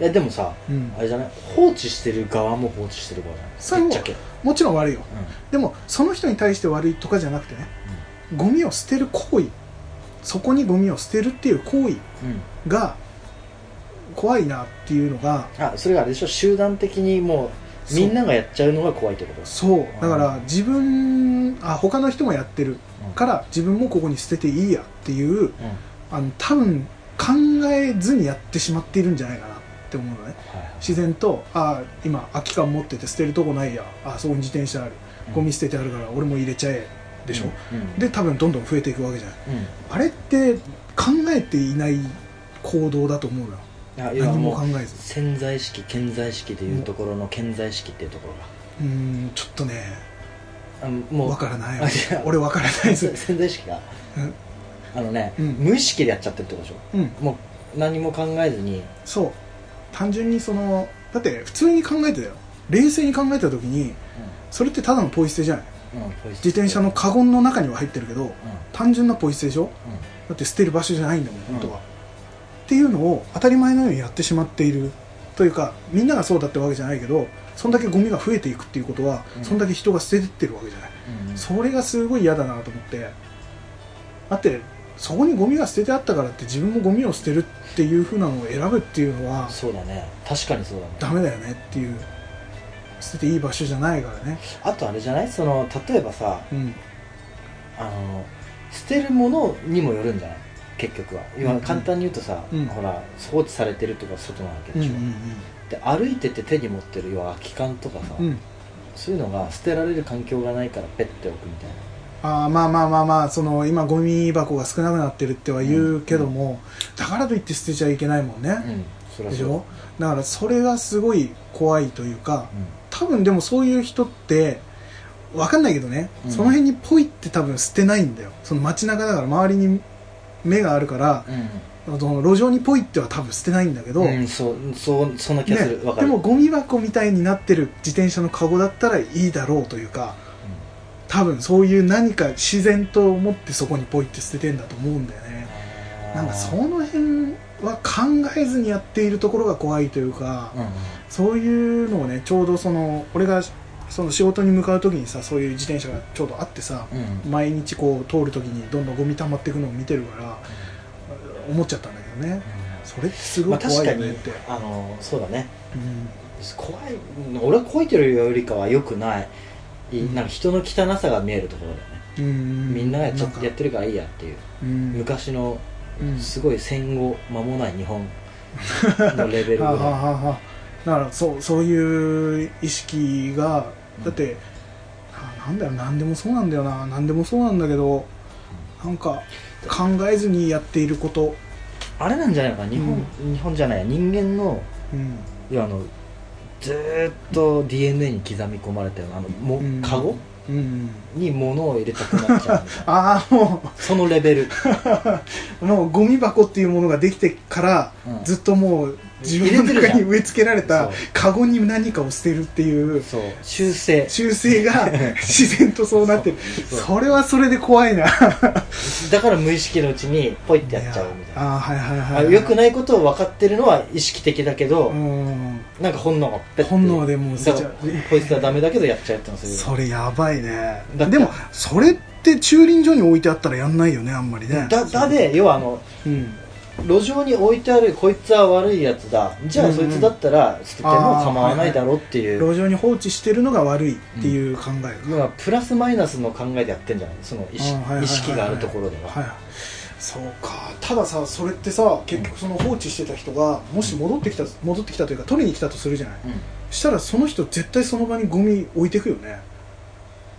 Speaker 2: いやでもさ
Speaker 1: うん
Speaker 2: あれじゃない放置してる側も放置してる側じゃない
Speaker 1: それも
Speaker 2: ぶっちゃけ
Speaker 1: もちろん悪いよ
Speaker 2: う
Speaker 1: でもその人に対して悪いとかじゃなくてねゴミを捨てる行為そこにゴミを捨てるっていう行為
Speaker 2: んうん
Speaker 1: が怖いなっていうのが
Speaker 2: あそれがあれでしょ集団的にもう
Speaker 1: そう
Speaker 2: みんながやっちゃうのが怖いってことです
Speaker 1: そうだか
Speaker 2: う
Speaker 1: ら
Speaker 2: ん
Speaker 1: 自分あ他の人もやってるから自分もここに捨てていいやっていう
Speaker 2: うんはい
Speaker 1: あの多分考えずにやってしまっているんじゃないかなって思うのね
Speaker 2: はい
Speaker 1: 自然とあ今空き缶持ってて捨てるとこないやあそこに自転車あるゴミ捨ててあるから俺も入れちゃえでしょ、
Speaker 2: うんうん
Speaker 1: で多分どんどん増えていくわけじゃない
Speaker 2: うん
Speaker 1: あれって考えていない行動だと思うのよ
Speaker 2: あいや
Speaker 1: 何も
Speaker 2: も
Speaker 1: 考
Speaker 2: う
Speaker 1: えず
Speaker 2: 潜在意識健在意識でいうところの健在意識っていうところ
Speaker 1: うーんちょっとね
Speaker 2: があのもう
Speaker 1: わからない
Speaker 2: あ違う
Speaker 1: 俺わからないです
Speaker 2: 潜在意識が
Speaker 1: うん
Speaker 2: あのね、
Speaker 1: うん
Speaker 2: 無意識でやっちゃってるってことでし
Speaker 1: うん
Speaker 2: ょもう何も考えずに
Speaker 1: そう単純にそのだって普通に考えてたよ冷静に考えた時にそれってただのポイ捨てじゃない
Speaker 2: うんポイ捨
Speaker 1: 自
Speaker 2: て
Speaker 1: 転車のカゴの中には入ってるけど
Speaker 2: うんうん
Speaker 1: 単純なポイ捨てでしょだって捨てる場所じゃないんだもん
Speaker 2: うん
Speaker 1: 本当は、っていうのを当たり前のようにやってしまっているというかみんながそうだってわけじゃないけどそんだけゴミが増えていくっていうことは、
Speaker 2: うん
Speaker 1: そんだけ人が捨ててってるわけじゃない
Speaker 2: うんうん
Speaker 1: それがすごい嫌だなと思ってだってそこにゴミが捨ててあったからって自分もゴミを捨てるっていう風なのを選ぶっていうのは
Speaker 2: そうだね確かにそうだね
Speaker 1: ダメだよねっていう捨てていい場所じゃないからね
Speaker 2: あとあれじゃないその例えばさ
Speaker 1: うん
Speaker 2: あの捨てるものにもよるんじゃない結局は
Speaker 1: う
Speaker 2: 今
Speaker 1: ん
Speaker 2: 簡単に言うとさ、
Speaker 1: うん
Speaker 2: ほら放置されてるとか外なわけ
Speaker 1: うん
Speaker 2: でしょ、で歩いてて手に持ってる要は空き缶とかさ、
Speaker 1: うんうん
Speaker 2: そういうのが捨てられる環境がないからペッて置くみたいな
Speaker 1: あーまあまあまあまあその今ゴミ箱が少なくなってるっては言うけども、だからといって捨てちゃいけないもんね、
Speaker 2: うんそりゃ
Speaker 1: でし
Speaker 2: そう
Speaker 1: ょだからそれがすごい怖いというか
Speaker 2: うん
Speaker 1: 多分でもそういう人ってわかんないけどね、
Speaker 2: うん
Speaker 1: その辺にポイって多分捨てないんだよその街中だから周りに目があるから
Speaker 2: う
Speaker 1: その路上にポイっては多分捨てないんだけど、
Speaker 2: ん、うん、そうそうそんな気がす
Speaker 1: ね
Speaker 2: るわ、か
Speaker 1: で
Speaker 2: る
Speaker 1: もゴミ箱みたいになってる自転車のカゴだったらいいだろうというか
Speaker 2: う
Speaker 1: 多分そういう何か自然と思ってそこにポイって捨ててんだと思うんだよねなんかその辺は考えずにやっているところが怖いというか、
Speaker 2: うんうん
Speaker 1: そういうのをねちょうどその俺がその仕事に向かう時にさそういう自転車がちょうどあってさ、
Speaker 2: うん
Speaker 1: 毎日こう通る時にどんどんゴミ溜まっていくのを見てるから思っちゃったんだけどねそれってす
Speaker 2: ま
Speaker 1: ご
Speaker 2: あ
Speaker 1: い
Speaker 2: 確
Speaker 1: 怖い
Speaker 2: か
Speaker 1: よねっ
Speaker 2: に
Speaker 1: て、
Speaker 2: あのそうだね
Speaker 1: うん
Speaker 2: 怖いうん俺は怖いというよりかはよくないい
Speaker 1: うん
Speaker 2: なんか人の汚さが見えるところだよね
Speaker 1: うん
Speaker 2: みんながやっちゃ
Speaker 1: か
Speaker 2: やってるからいいやっていう
Speaker 1: うん
Speaker 2: 昔の
Speaker 1: うん
Speaker 2: すごい戦後間もない日本 のレベルぐ
Speaker 1: は
Speaker 2: ら
Speaker 1: あ
Speaker 2: い
Speaker 1: はあはあはあだからそうそういう意識がだって、あなんだよ何でもそうなんだよな何でもそうなんだけどなんか考えずにやっていること、
Speaker 2: あれなんじゃないのかな日本、日本じゃないや人間の
Speaker 1: うん、
Speaker 2: 要はあのずーっと DNA に刻み込まれたようなあのも、
Speaker 1: うん
Speaker 2: カゴ
Speaker 1: うん、
Speaker 2: に物を入れたくなっちゃうみ たいな
Speaker 1: ああも
Speaker 2: そのレベル、
Speaker 1: うもうゴミ箱っていうものができてから
Speaker 2: うん
Speaker 1: ずっともう自分の
Speaker 2: 入れてるじ
Speaker 1: 中
Speaker 2: ゃん
Speaker 1: に植え付けられた
Speaker 2: そう
Speaker 1: カゴに何かを捨てるっていう
Speaker 2: そう修正
Speaker 1: 習性が自然とそうなってる
Speaker 2: そう
Speaker 1: それはそれで怖いな
Speaker 2: だから無意識のうちにポイってやっちゃうみたいな
Speaker 1: ああーはいはい
Speaker 2: あ
Speaker 1: はい
Speaker 2: よく
Speaker 1: ない
Speaker 2: ないことを分かってるのは意識的だけど、
Speaker 1: うん
Speaker 2: なんか本能がペッて
Speaker 1: 本能でもう捨
Speaker 2: だ
Speaker 1: て
Speaker 2: か
Speaker 1: ちゃ
Speaker 2: ら
Speaker 1: う
Speaker 2: こいつはダメだけどやっちゃうってのはそういう
Speaker 1: それやばいね
Speaker 2: だっ
Speaker 1: で
Speaker 2: て
Speaker 1: もそれって駐輪場に置いてあったらやんないよねあんまりね
Speaker 2: だだで要はあの
Speaker 1: うん
Speaker 2: 路上に置いてあるこいつは悪いやつだじゃ
Speaker 1: うん
Speaker 2: あ
Speaker 1: うん
Speaker 2: そいつだったら捨てても構わないだろうっていう
Speaker 1: 路上に放置してるのが悪いっていう考えが、
Speaker 2: 要はプラスマイナスの考えでやってんじゃないその意識
Speaker 1: うんはいはいはいはい
Speaker 2: 意識があるところでは、
Speaker 1: はいそうかたださそれってさ結局その放置してた人がもし戻ってきた戻ってきたというか取りに来たとするじゃない
Speaker 2: うん
Speaker 1: したらその人絶対その場にゴミ置いてくよね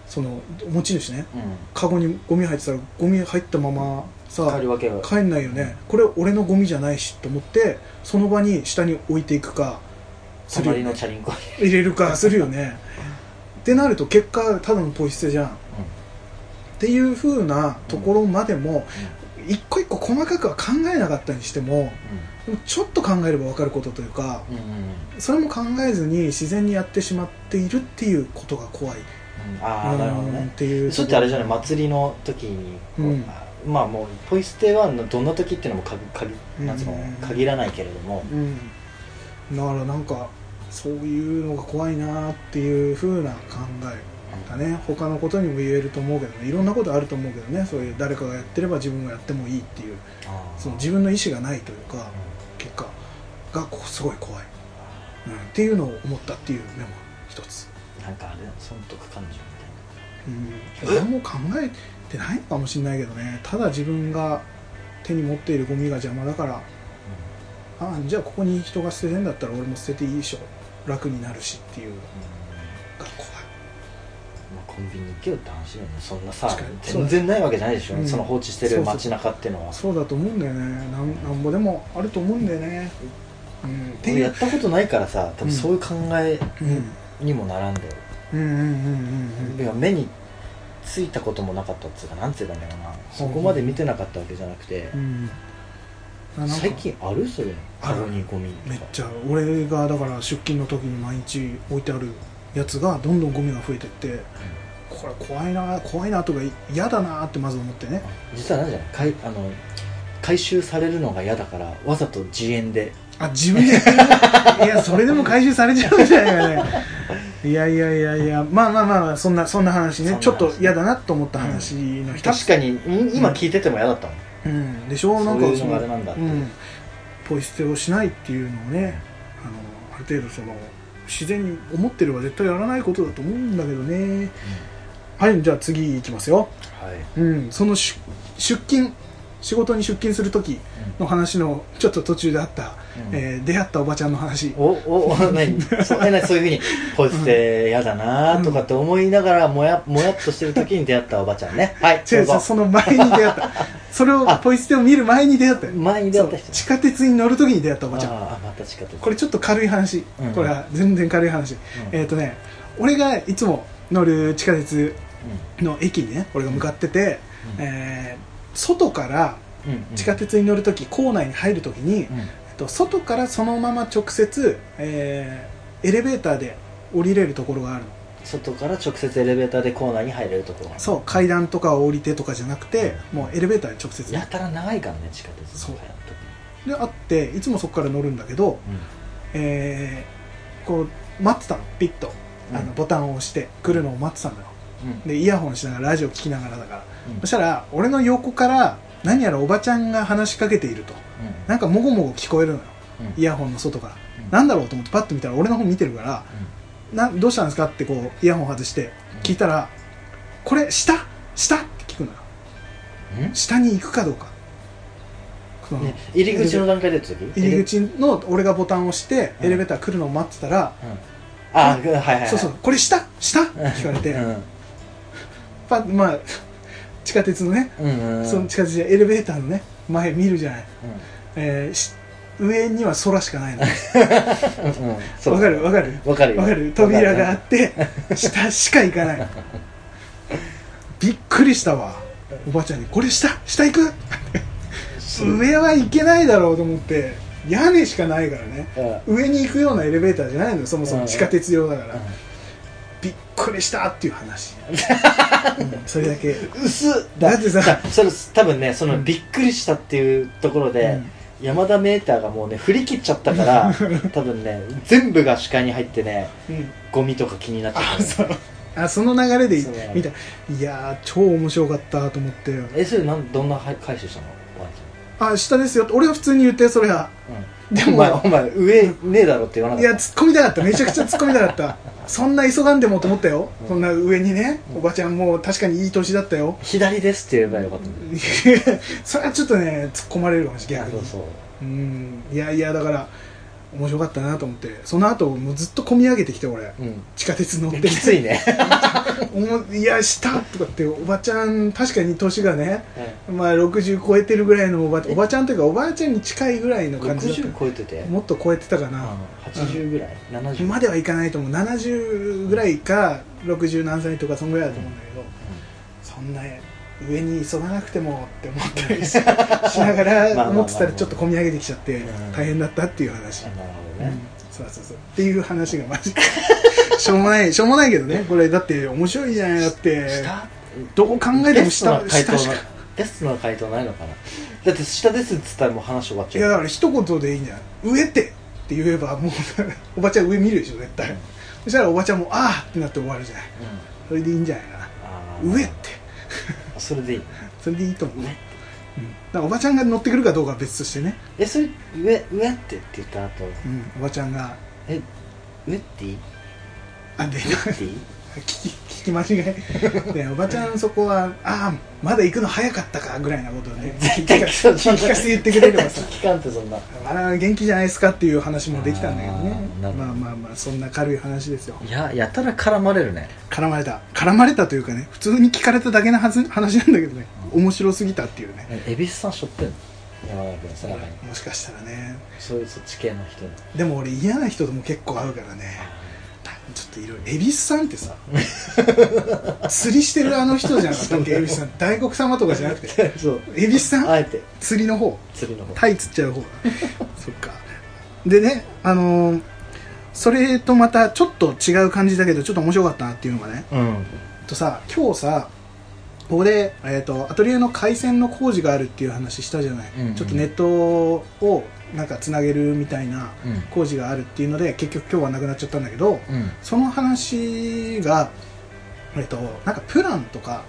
Speaker 1: その持ち主ねカゴにゴミ入ってたらゴミ入ったまま
Speaker 2: うん、
Speaker 1: さ
Speaker 2: 帰るわけが
Speaker 1: 帰んないよねこれ俺のゴミじゃないしと思ってその場に下に置いていくかするよ
Speaker 2: 隣
Speaker 1: ね
Speaker 2: のチャリンコに、
Speaker 1: 入れるかするよねってなると結果ただのポイ捨てじゃんっていう風なところまでも、一個一個細かくは考えなかったにしてもでもちょっと考えれば分かることというか
Speaker 2: うんうんうん
Speaker 1: それも考えずに自然にやってしまっているっていうことが怖い
Speaker 2: うんああなるほど
Speaker 1: うんっ
Speaker 2: ね
Speaker 1: ていう
Speaker 2: それってあれじゃない祭りの時にこう、
Speaker 1: うん
Speaker 2: まあもうポイ捨てはどんな時っていうのもかかなんつうの
Speaker 1: うん
Speaker 2: 限らないけれども、
Speaker 1: うんだからなんかそういうのが怖いなっていう風な考えだね他のことにも言えると思うけどねいろんなことあると思うけどねそういう誰かがやってれば自分がやってもいいっていう
Speaker 2: あー
Speaker 1: その自分の意思がないというか結果がこうすごい怖い、うん、っていうのを思ったっていうメモ一つ、
Speaker 2: なんかあれだよ損得感情みたいな
Speaker 1: うん、俺も考えてないのかもしれないけどねただ自分が手に持っているゴミが邪魔だからああじゃあここに人が捨ててんだったら俺も捨てていいでしょ楽になるしっていうのが怖い
Speaker 2: まあ、コンビニ行けよって話だよねそんなさ
Speaker 1: 確かに
Speaker 2: 全然ないわけじゃないでしょ、
Speaker 1: うん
Speaker 2: その放置して
Speaker 1: そう
Speaker 2: る
Speaker 1: そう
Speaker 2: 街中ってのは
Speaker 1: そうだと思うんだよねなんなんぼでもあると思うんだよね、うん、って
Speaker 2: 俺
Speaker 1: い
Speaker 2: や
Speaker 1: う、
Speaker 2: ったことないからさ多分そういう考え
Speaker 1: うん、
Speaker 2: にもならんだよ、
Speaker 1: うんうんうんうん
Speaker 2: いや目についたこともなかったっつうかなんつうかねなそこまで見てなかったわけじゃなくて
Speaker 1: う、んうん
Speaker 2: 最近あるそういうの
Speaker 1: あ
Speaker 2: カ
Speaker 1: る
Speaker 2: ゴにゴミとか
Speaker 1: めっちゃ俺がだから出勤の時に毎日置いてあるやつがどんどんゴミが増えてってこれ怖いな怖いなとか嫌だなってまず思ってね
Speaker 2: 実はなんじゃないかいあの回収されるのが嫌だからわざと自演で
Speaker 1: あ自分でいやそれでも回収されちゃうんじゃないかねいやいやいやいやまあまあまあまあそんなそんな話ね
Speaker 2: そんな話
Speaker 1: ちょっと嫌だなと思った話の一
Speaker 2: 確
Speaker 1: つ、
Speaker 2: かにん今聞いてても嫌だったもん、
Speaker 1: うん、でしょなん
Speaker 2: そう
Speaker 1: か
Speaker 2: いうのがあれなんだって
Speaker 1: うん、ポイ捨てをしないっていうのをねあのある程度その自然に思ってれば絶対やらないことだと思うんだけどねはい、じゃあ次いきますよ。
Speaker 2: はい、
Speaker 1: うん、その出出勤、仕事に出勤するときの話の、ちょっと途中であった、
Speaker 2: うん
Speaker 1: えー出会ったおばちゃんの話。
Speaker 2: おおお 何そうえ何そういうふうにポイ捨て嫌だなとかって思いながらもやもやっとしてる時に出会ったおばちゃんねはい
Speaker 1: 違う違う
Speaker 2: どうぞ
Speaker 1: その前に出会 った。それを、
Speaker 2: あ
Speaker 1: ポイ捨てを見る前に出会ったよ。
Speaker 2: 前に出会った人
Speaker 1: そう地下鉄に乗るときに出会ったおばちゃん。
Speaker 2: ああまた近く
Speaker 1: これちょっと軽い話。
Speaker 2: うん
Speaker 1: これは全然軽い話。えっ、とね、俺がいつも乗る地下鉄の駅にね、俺が向かってて、えー外から地下鉄に乗るとき、構内に入るときに、えっと外からそのまま直接、えーエレベーターで降りれるところがあるの
Speaker 2: 外から直接エレベーターで構内に入れるところ
Speaker 1: そう階段とかを降りてとかじゃなくてもうエレベーターに直接
Speaker 2: や
Speaker 1: ね
Speaker 2: たら長いからね地下鉄の
Speaker 1: そうであっていつもそこから乗るんだけどえーこう待ってたのピッとあのボタンを押して来るのを待ってたんだよでイヤホンしながらラジオ聞きながらだからそしたら俺の横から何やらおばちゃんが話しかけているとなんかもごもご聞こえるのよイヤホンの外からなんだろうと思ってパッと見たら俺の方見てるからなどうしたんですかってこうイヤホン外して聞いたらこれ下下って聞くのよ下に行くかどうかその
Speaker 2: ね入り口の段階でやった時
Speaker 1: 入り口の俺がボタンを押して
Speaker 2: うん
Speaker 1: エレベーター来るのを待ってたら
Speaker 2: うんあーうんはいはいはい
Speaker 1: そうそうこれ下下って聞かれて
Speaker 2: うん
Speaker 1: パッまあ地下鉄のね
Speaker 2: うんうん
Speaker 1: その地下鉄でエレベーターのね前見るじゃないえーし上には空しかないの
Speaker 2: うんうん そう
Speaker 1: わかるわかる
Speaker 2: わかるよ
Speaker 1: わかる扉があって下しか行か ないびっくりしたわおばあちゃんに「これ下下行く?」上は行けないだろうと思って屋根しかないからね
Speaker 2: うんうん
Speaker 1: 上に行くようなエレベーターじゃないのよそもそうも
Speaker 2: ん
Speaker 1: 地下鉄用だからびっくりしたっていう 話、うんそれだけ
Speaker 2: 薄っ
Speaker 1: だってさ
Speaker 2: それ多分ねその
Speaker 1: うん
Speaker 2: びっくりしたっていうところで、
Speaker 1: うん
Speaker 2: 山田メーターがもうね振り切っちゃったから 多分ね全部が視界に入ってね
Speaker 1: うん
Speaker 2: ゴミとか気になっちゃっ
Speaker 1: あ
Speaker 2: た
Speaker 1: そうあその流れで
Speaker 2: そう
Speaker 1: 見たいやー超面白かったと思って
Speaker 2: えそれなんどんなはい回収したのワン
Speaker 1: あ
Speaker 2: ち
Speaker 1: 下ですよって俺は普通に言ってそれはで
Speaker 2: ゃん、うん、
Speaker 1: も
Speaker 2: お前お前上ねえだろって言わないか
Speaker 1: や
Speaker 2: っ
Speaker 1: 突っ込みたかっためちゃくちゃ突っ込みたかったそんな急がんでもと思ったよ、
Speaker 2: うん
Speaker 1: そんな上にね
Speaker 2: うん
Speaker 1: おばちゃんもう確かにいい年だったよ
Speaker 2: た左ですって言えばよかったのに
Speaker 1: それはちょっとね突っ込まれるかもしれない
Speaker 2: そうそう
Speaker 1: うんいやいやだから面白かったなと思ってその後もうずっと込み上げてきて俺
Speaker 2: うん
Speaker 1: 地下鉄乗って
Speaker 2: きついね、
Speaker 1: おもいやしたとかっておばちゃん確かに年がねまあ60超えてるぐらいのおばおばちゃんというかおばあちゃんに近いぐらいの感じだっ
Speaker 2: 60超えてて
Speaker 1: たもっと超えてたか
Speaker 2: あ
Speaker 1: な
Speaker 2: の80ぐらい70
Speaker 1: まではいかないと思う70ぐらいか60何歳とかそんぐらいだと思うんだけどそんな上に急がなくてもって思ったりししなが
Speaker 2: まあまあまあま
Speaker 1: ら
Speaker 2: あ
Speaker 1: 思ってたらちょっと込み上げてきちゃって
Speaker 2: うん
Speaker 1: 大変だったっていう話
Speaker 2: あなるほ
Speaker 1: う
Speaker 2: ど
Speaker 1: ん
Speaker 2: ね、
Speaker 1: そうそうそうっていう話がマジしょうもないしょうもないけどねこれだって面白いじゃないだって
Speaker 2: 下
Speaker 1: どう考えても
Speaker 2: ベストな
Speaker 1: 下
Speaker 2: 回答
Speaker 1: 下
Speaker 2: な
Speaker 1: しか
Speaker 2: ベストな回答ないのかなだって下ですっつったらもう話終わっ
Speaker 1: い
Speaker 2: ちゃ
Speaker 1: や
Speaker 2: う
Speaker 1: だから一言でいいんじゃない上ってって言えばもう おばちゃん上見るでしょ絶対そしたらおばちゃんもああってなって終わるじゃないそ
Speaker 2: うん
Speaker 1: れでいいんじゃないかな
Speaker 2: あー
Speaker 1: 上って
Speaker 2: それでいい
Speaker 1: それでいいと思う、うん、
Speaker 2: 上
Speaker 1: だからおばちゃんが乗ってくるかどうかは別としてね、
Speaker 2: えそれ上上ってって言った後
Speaker 1: うん、おばちゃんが
Speaker 2: え上っていい
Speaker 1: あで
Speaker 2: 上っていい
Speaker 1: 聞き聞き間違いでおばちゃんそこはああまだ行くの早かったかぐらいなことを ね
Speaker 2: 絶対
Speaker 1: 聞き聞き聞かせて言ってくれればさ
Speaker 2: 絶対聞かんってそんな
Speaker 1: あら元気じゃないですかっていう話もできたんだけどね
Speaker 2: あーなるほど
Speaker 1: まあまあまあそんな軽い話ですよ
Speaker 2: いややたら絡まれるね
Speaker 1: 絡まれた絡まれたというかね普通に聞かれただけのはず話なんだけどね面白すぎたっていうね
Speaker 2: え恵比寿さんしょってんの山田君背中に
Speaker 1: もしかしたらね
Speaker 2: そういうそっち系の人に
Speaker 1: でも俺嫌な人とも結構会うからねちょっといろいろ恵比寿さんってさ釣りしてるあの人じゃなかったっけ恵比寿さん大黒様とかじゃなくて
Speaker 2: そう
Speaker 1: 恵比寿さん
Speaker 2: あえて
Speaker 1: 釣りの方
Speaker 2: 釣りの方
Speaker 1: タイ釣っちゃう方そっかでねあのーそれとまたちょっと違う感じだけどちょっと面白かったなっていうのがね
Speaker 2: うん
Speaker 1: えっとさ今日さここで、えっとアトリエの回線の工事があるっていう話したじゃない、
Speaker 2: うんうん
Speaker 1: ちょっとネットをなんかつなげるみたいな
Speaker 2: うん
Speaker 1: 工事があるっていうので結局今日はなくなっちゃったんだけど
Speaker 2: うん
Speaker 1: その話がえっ、となんかプランとか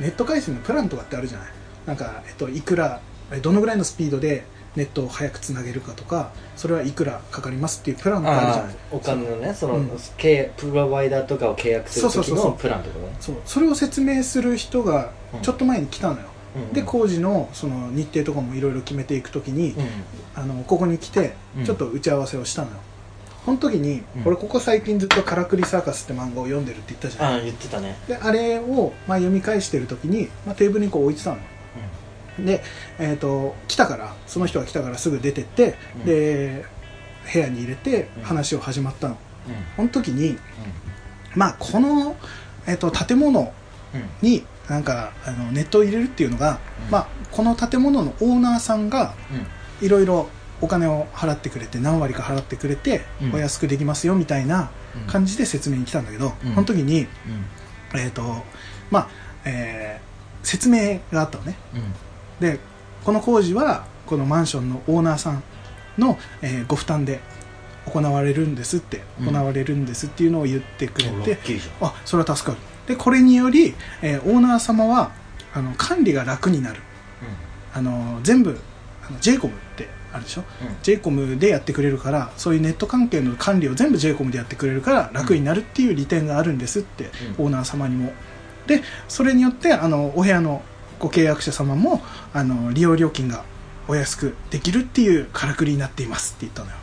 Speaker 1: ネット回線のプランとかってあるじゃないなんか、えっといくらえどのぐらいのスピードでネットを早くつなげるかとかそれはいくらかかりますっていうプランがあるじゃ
Speaker 2: あ
Speaker 1: ない
Speaker 2: ーお金のねその、
Speaker 1: うん
Speaker 2: 契約プロバイダーとかを契約する
Speaker 1: そう
Speaker 2: 時
Speaker 1: そうそうそ
Speaker 2: の
Speaker 1: う
Speaker 2: プランってことね
Speaker 1: そうそれを説明する人がちょっと前に来たのよ、
Speaker 2: うん
Speaker 1: で工事のその日程とかもいろいろ決めていくときに、
Speaker 2: うん
Speaker 1: あのここに来て
Speaker 2: うん
Speaker 1: ちょっと打ち合わせをしたのよ、この時に、
Speaker 2: うん
Speaker 1: 俺ここ最近ずっと「からくりサーカス」って漫画を読んでるって言ったじゃん
Speaker 2: ああ言ってたね
Speaker 1: であれを、まあ、読み返してる時に、まあ、テーブルにこう置いてたのよで、えー、と来たからその人が来たからすぐ出てって、
Speaker 2: うん
Speaker 1: で部屋に入れて
Speaker 2: うん
Speaker 1: 話を始まったの
Speaker 2: う
Speaker 1: こ
Speaker 2: ん
Speaker 1: の時にまあこの、えー、と建物
Speaker 2: うんうん
Speaker 1: になんかあのネットを入れるっていうのが、
Speaker 2: うん
Speaker 1: まあ、この建物のオーナーさんが
Speaker 2: うん
Speaker 1: いろいろお金を払ってくれて何割か払ってくれて
Speaker 2: うん
Speaker 1: お安くできますよみたいな感じで説明に来たんだけど、
Speaker 2: うん
Speaker 1: その時に、
Speaker 2: うん
Speaker 1: えっ、と、まあ、えー説明があったのね。
Speaker 2: うん
Speaker 1: で、この工事は、このマンションのオーナーさんの、えーご負担で行われるんですって、
Speaker 2: うん
Speaker 1: 行われるんですっていうのを言ってくれ
Speaker 2: おラ
Speaker 1: て
Speaker 2: ッ、キーじゃ
Speaker 1: あ、それは助かる。で、これにより、えーオーナー様は、あの、管理が楽になる。あの、全部、あの JCOM ってあるでしょ
Speaker 2: んうん
Speaker 1: JCOM でやってくれるからそういうネット関係の管理を全部 JCOM でやってくれるから楽になるっていう利点があるんですって、
Speaker 2: うん
Speaker 1: オーナー様にもでそれによってあのお部屋のご契約者様もあの利用料金がお安くできるっていうからくりになっていますって言ったのよ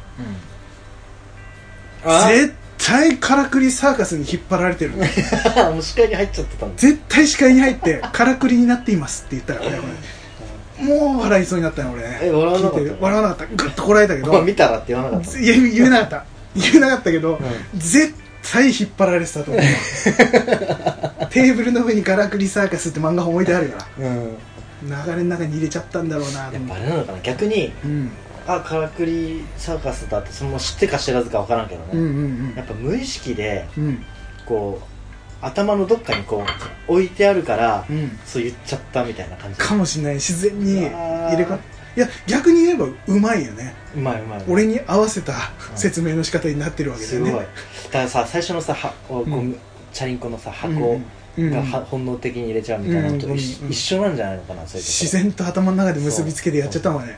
Speaker 2: うんあ
Speaker 1: 絶対からくりサーカスに引っ張られてる
Speaker 2: あもう視界に入っちゃってたんです
Speaker 1: 絶対視界に入ってからくりになっていますって言ったよね俺もう笑いそうになったよ俺
Speaker 2: え笑わなかった
Speaker 1: 聞いて笑わなかったグッとこらえたけど
Speaker 2: まあ見たらって言わなかった
Speaker 1: いや言えなかった言えなかったけど、
Speaker 2: う
Speaker 1: 絶対引っ張られてたと思うテーブルの上に「ガラクリサーカス」って漫画本置いてあるか
Speaker 2: うん
Speaker 1: ら流れの中に入れちゃったんだろうなと
Speaker 2: やっぱ
Speaker 1: 思
Speaker 2: あ
Speaker 1: う
Speaker 2: れなのかな逆に
Speaker 1: うん
Speaker 2: あからくりサーカスだってそのまま知ってか知らずか分からんけどね、
Speaker 1: うんうん
Speaker 2: やっぱ無意識で
Speaker 1: うんうん
Speaker 2: こう頭のどっかにこう置いてあるから、
Speaker 1: うん
Speaker 2: そう言っちゃったみたいな感じ
Speaker 1: かもしれない自然に入れ
Speaker 2: う
Speaker 1: か
Speaker 2: わ
Speaker 1: いや逆に言えばうまいよね
Speaker 2: うまいうまい
Speaker 1: 俺に合わせた説明の仕方になってるわけだ
Speaker 2: す
Speaker 1: よ
Speaker 2: ごい
Speaker 1: ね
Speaker 2: だからさ最初のさはこう
Speaker 1: うん
Speaker 2: ゴムチャリンコのさ箱
Speaker 1: うんうん
Speaker 2: がは本能的に入れちゃうみたいなのと
Speaker 1: うん
Speaker 2: 一緒
Speaker 1: うん
Speaker 2: 一緒なんじゃないのかなそういうとこ
Speaker 1: 自然と頭の中で結びつけてやっちゃったもんね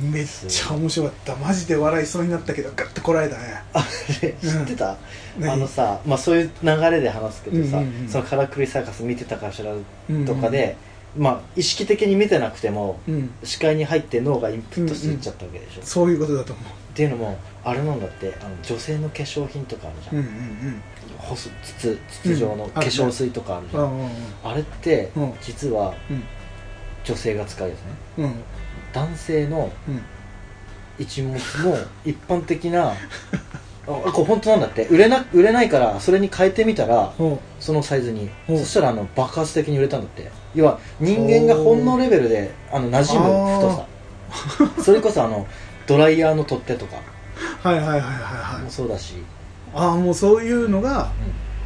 Speaker 1: めっちゃ面白かったマジで笑いそうになったけどガッとこらえたね
Speaker 2: あれ 知ってた、
Speaker 1: 何
Speaker 2: あのさ、まあ、そういう流れで話すけどさ、
Speaker 1: うんうんうん
Speaker 2: そのからくりサーカス見てたかしら
Speaker 1: うんうん
Speaker 2: とかで、まあ、意識的に見てなくても
Speaker 1: うん
Speaker 2: 視界に入って脳がインプットしていっちゃったわけでしょ、
Speaker 1: そういうことだと思
Speaker 2: っていうのもあれなんだってあの女性の化粧品とかあるじゃ
Speaker 1: う。
Speaker 2: ん、
Speaker 1: うんうん
Speaker 2: 細筒筒状の
Speaker 1: うん
Speaker 2: 化粧水とかあるじ
Speaker 1: う
Speaker 2: ゃん、
Speaker 1: ん。
Speaker 2: あれって
Speaker 1: うん
Speaker 2: 実は
Speaker 1: うん
Speaker 2: 女性が使うやつね
Speaker 1: うん。うん。
Speaker 2: 男性の
Speaker 1: うん。
Speaker 2: 一物の一般的な あこれ本当なんだって売れな売れないからそれに変えてみたら
Speaker 1: ほ
Speaker 2: そのサイズに
Speaker 1: うん
Speaker 2: そしたらあの爆発的に売れたんだって要は人間が本能レベルであの馴染む太 さそれこそあのドライヤーの取っ手とか
Speaker 1: うはいはいはいはいは
Speaker 2: も
Speaker 1: い。
Speaker 2: そうだし、
Speaker 1: ああ、もうそういうのが、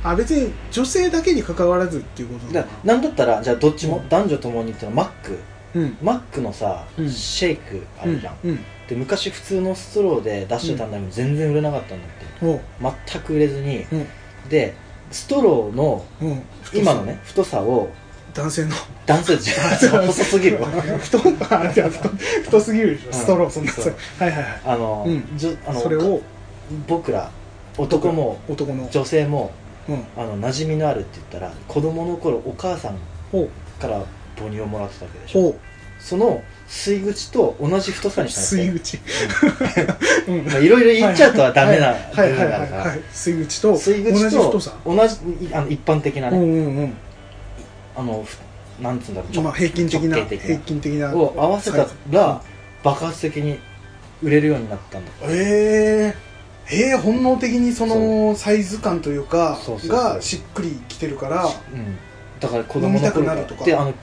Speaker 1: あ、別に女性だけに関わらずっていうこと
Speaker 2: だ
Speaker 1: だ
Speaker 2: か
Speaker 1: な。
Speaker 2: らなんだったらじゃあどっちも、
Speaker 1: うん
Speaker 2: 男女ともにっていうのはマック
Speaker 1: うん。
Speaker 2: マックのさ、
Speaker 1: うん
Speaker 2: シェイクあるじゃん、
Speaker 1: うん。
Speaker 2: で昔普通のストローで出してたんだけど全然売れなかったんだって
Speaker 1: ほ
Speaker 2: 全く売れずに
Speaker 1: う。うん。
Speaker 2: でストローの
Speaker 1: うん。
Speaker 2: 今の。ね太さを
Speaker 1: 男性の。
Speaker 2: 男 性じゃ細すぎるわ
Speaker 1: 太、あ、じゃあ太、太すぎるでしょ。ストロー、そんな。
Speaker 2: そう
Speaker 1: はいはいは
Speaker 2: あの、
Speaker 1: うん
Speaker 2: じょあ
Speaker 1: い。
Speaker 2: の
Speaker 1: それを、
Speaker 2: 僕ら男も
Speaker 1: 男の。
Speaker 2: 女性も
Speaker 1: うん。
Speaker 2: あの馴染みのあるって言ったら子供の頃お母さん
Speaker 1: ほう。
Speaker 2: から母乳をもらってたわけでしょ
Speaker 1: ほう。
Speaker 2: その吸い口と同じ太さにしたんです
Speaker 1: 吸い口。うん。
Speaker 2: まあいろいろ言っちゃうとはダメな部
Speaker 1: はい
Speaker 2: 分
Speaker 1: はい
Speaker 2: が
Speaker 1: は
Speaker 2: ある
Speaker 1: い
Speaker 2: か
Speaker 1: は
Speaker 2: ら
Speaker 1: い。吸い口と、同
Speaker 2: 吸い
Speaker 1: じ
Speaker 2: 口と
Speaker 1: 太さ。
Speaker 2: 同じあの一般的な
Speaker 1: う
Speaker 2: ね、
Speaker 1: んうんうん。
Speaker 2: あのふなんつうんだろう
Speaker 1: まあ平均的な
Speaker 2: 直径
Speaker 1: 平均的な
Speaker 2: を合わせたら爆発的に売れるようになったんだ
Speaker 1: えー、えー本能的にそのサイズ感というか
Speaker 2: そうそうそう
Speaker 1: がしっくりきてるから
Speaker 2: うんだから子
Speaker 1: 飲み
Speaker 2: 供の頃
Speaker 1: たくなるとか
Speaker 2: であの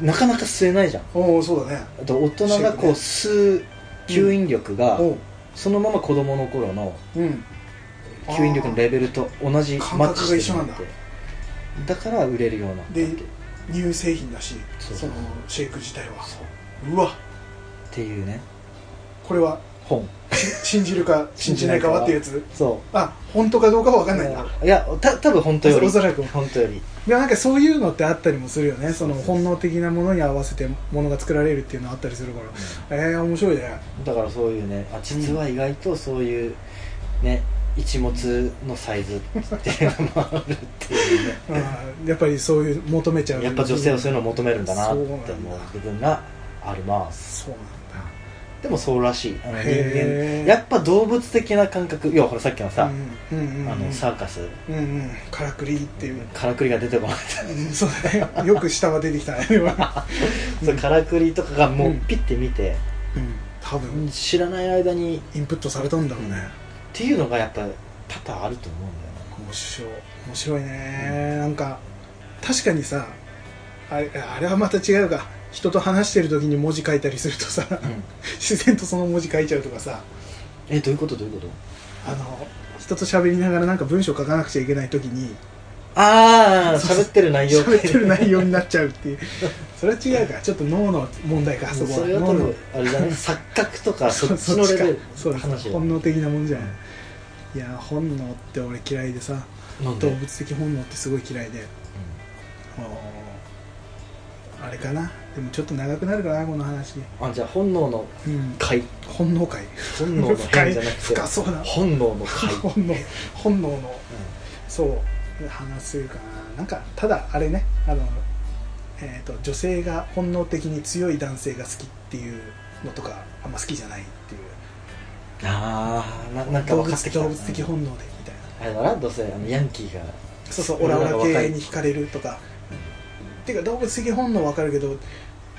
Speaker 2: なかなか吸えないじゃん
Speaker 1: おおそうだね
Speaker 2: あと大人がこう吸う吸引力が
Speaker 1: おう
Speaker 2: そのまま子供の頃の
Speaker 1: うん
Speaker 2: 吸引力のレベルと同じ
Speaker 1: あー
Speaker 2: マッチ
Speaker 1: 感
Speaker 2: してる
Speaker 1: 覚が一緒なんだ
Speaker 2: ってだから売れるようになったって
Speaker 1: で乳製品だし
Speaker 2: そ
Speaker 1: そうのシェイク自体は
Speaker 2: そうっ
Speaker 1: うわ
Speaker 2: ていうね
Speaker 1: これは
Speaker 2: 本
Speaker 1: 信じるか信じないかはってやつ
Speaker 2: そ
Speaker 1: あ本当かどうかは分か
Speaker 2: うん
Speaker 1: ないんだ
Speaker 2: いやた多分本当より
Speaker 1: おそらく
Speaker 2: 本当より
Speaker 1: いやなんかそういうのってあったりもするよねその
Speaker 2: そうそう
Speaker 1: 本能的なものに合わせてものが作られるっていうのはあったりするからえー、面白いね
Speaker 2: だからそういうねあ実は意外とそういうね一物のサイズっていうのもあるっていう ね
Speaker 1: うんやっぱりそういう求めちゃう
Speaker 2: やっぱ女性はそういうのを求めるんだなって思う
Speaker 1: そうなんだ
Speaker 2: 部分があります
Speaker 1: そうなんだ
Speaker 2: でもそうらしいあの人
Speaker 1: へ
Speaker 2: 間
Speaker 1: ー
Speaker 2: やっぱ動物的な感覚要はほらさっきのさ、
Speaker 1: うんうんうんうん、
Speaker 2: あのサーカス
Speaker 1: うんうんからくりっていう、
Speaker 2: からくりが出てこない
Speaker 1: うんそうだねよく下は出てきたね今、
Speaker 2: そうからくりとかがもう
Speaker 1: うん
Speaker 2: ピッて見て、
Speaker 1: うん、多分
Speaker 2: 知らない間にっ
Speaker 1: インプットされたんだろうね
Speaker 2: ていうのがやっぱ多々あると思うんだよね
Speaker 1: 面白い面白いね、なんか確かにさあれあれはまた違うか人と話してる時に文字書いたりするとさ、
Speaker 2: うん
Speaker 1: 自然とその文字書いちゃうとかさ
Speaker 2: えどういうことどういうこと
Speaker 1: あの人と喋りながらなんか文章書かなくちゃいけない時に
Speaker 2: ああ喋ってる内容
Speaker 1: 喋ってる内容になっちゃうっていう それは違うからちょっと脳の問題かそこは
Speaker 2: それは
Speaker 1: 脳
Speaker 2: 多
Speaker 1: の
Speaker 2: 分あれだね 錯覚とかそっち
Speaker 1: そ
Speaker 2: の
Speaker 1: っ
Speaker 2: レ
Speaker 1: ちか
Speaker 2: ベ
Speaker 1: そう
Speaker 2: ル
Speaker 1: だ
Speaker 2: の話だ
Speaker 1: 本能的なもんじゃない、いや本能って俺嫌いでさ
Speaker 2: なんで、
Speaker 1: 動
Speaker 2: うん
Speaker 1: 物的本能ってすごい嫌いであーあれかなでもちょっと長くなるかなこの話、
Speaker 2: あじゃあ本能の
Speaker 1: うん、
Speaker 2: 回
Speaker 1: 本能界
Speaker 2: 本能の
Speaker 1: 深
Speaker 2: 回
Speaker 1: い
Speaker 2: じゃなくて
Speaker 1: 深そうな
Speaker 2: 本能の 回、うん
Speaker 1: 本能本能のそう話せるかななんかただあれねあの、えー、と女性が本能的に強い男性が好きっていうのとかあんま好きじゃないっていう
Speaker 2: ああななんか
Speaker 1: 動
Speaker 2: 分かっ
Speaker 1: 物
Speaker 2: てきた
Speaker 1: 動物的本能でみたいな
Speaker 2: あれだなどうせあのヤンキーが
Speaker 1: そうそうオ
Speaker 2: 俺
Speaker 1: ラ
Speaker 2: ら
Speaker 1: オ
Speaker 2: が
Speaker 1: ラ系に惹かれるとかていうか動物的本能わかるけど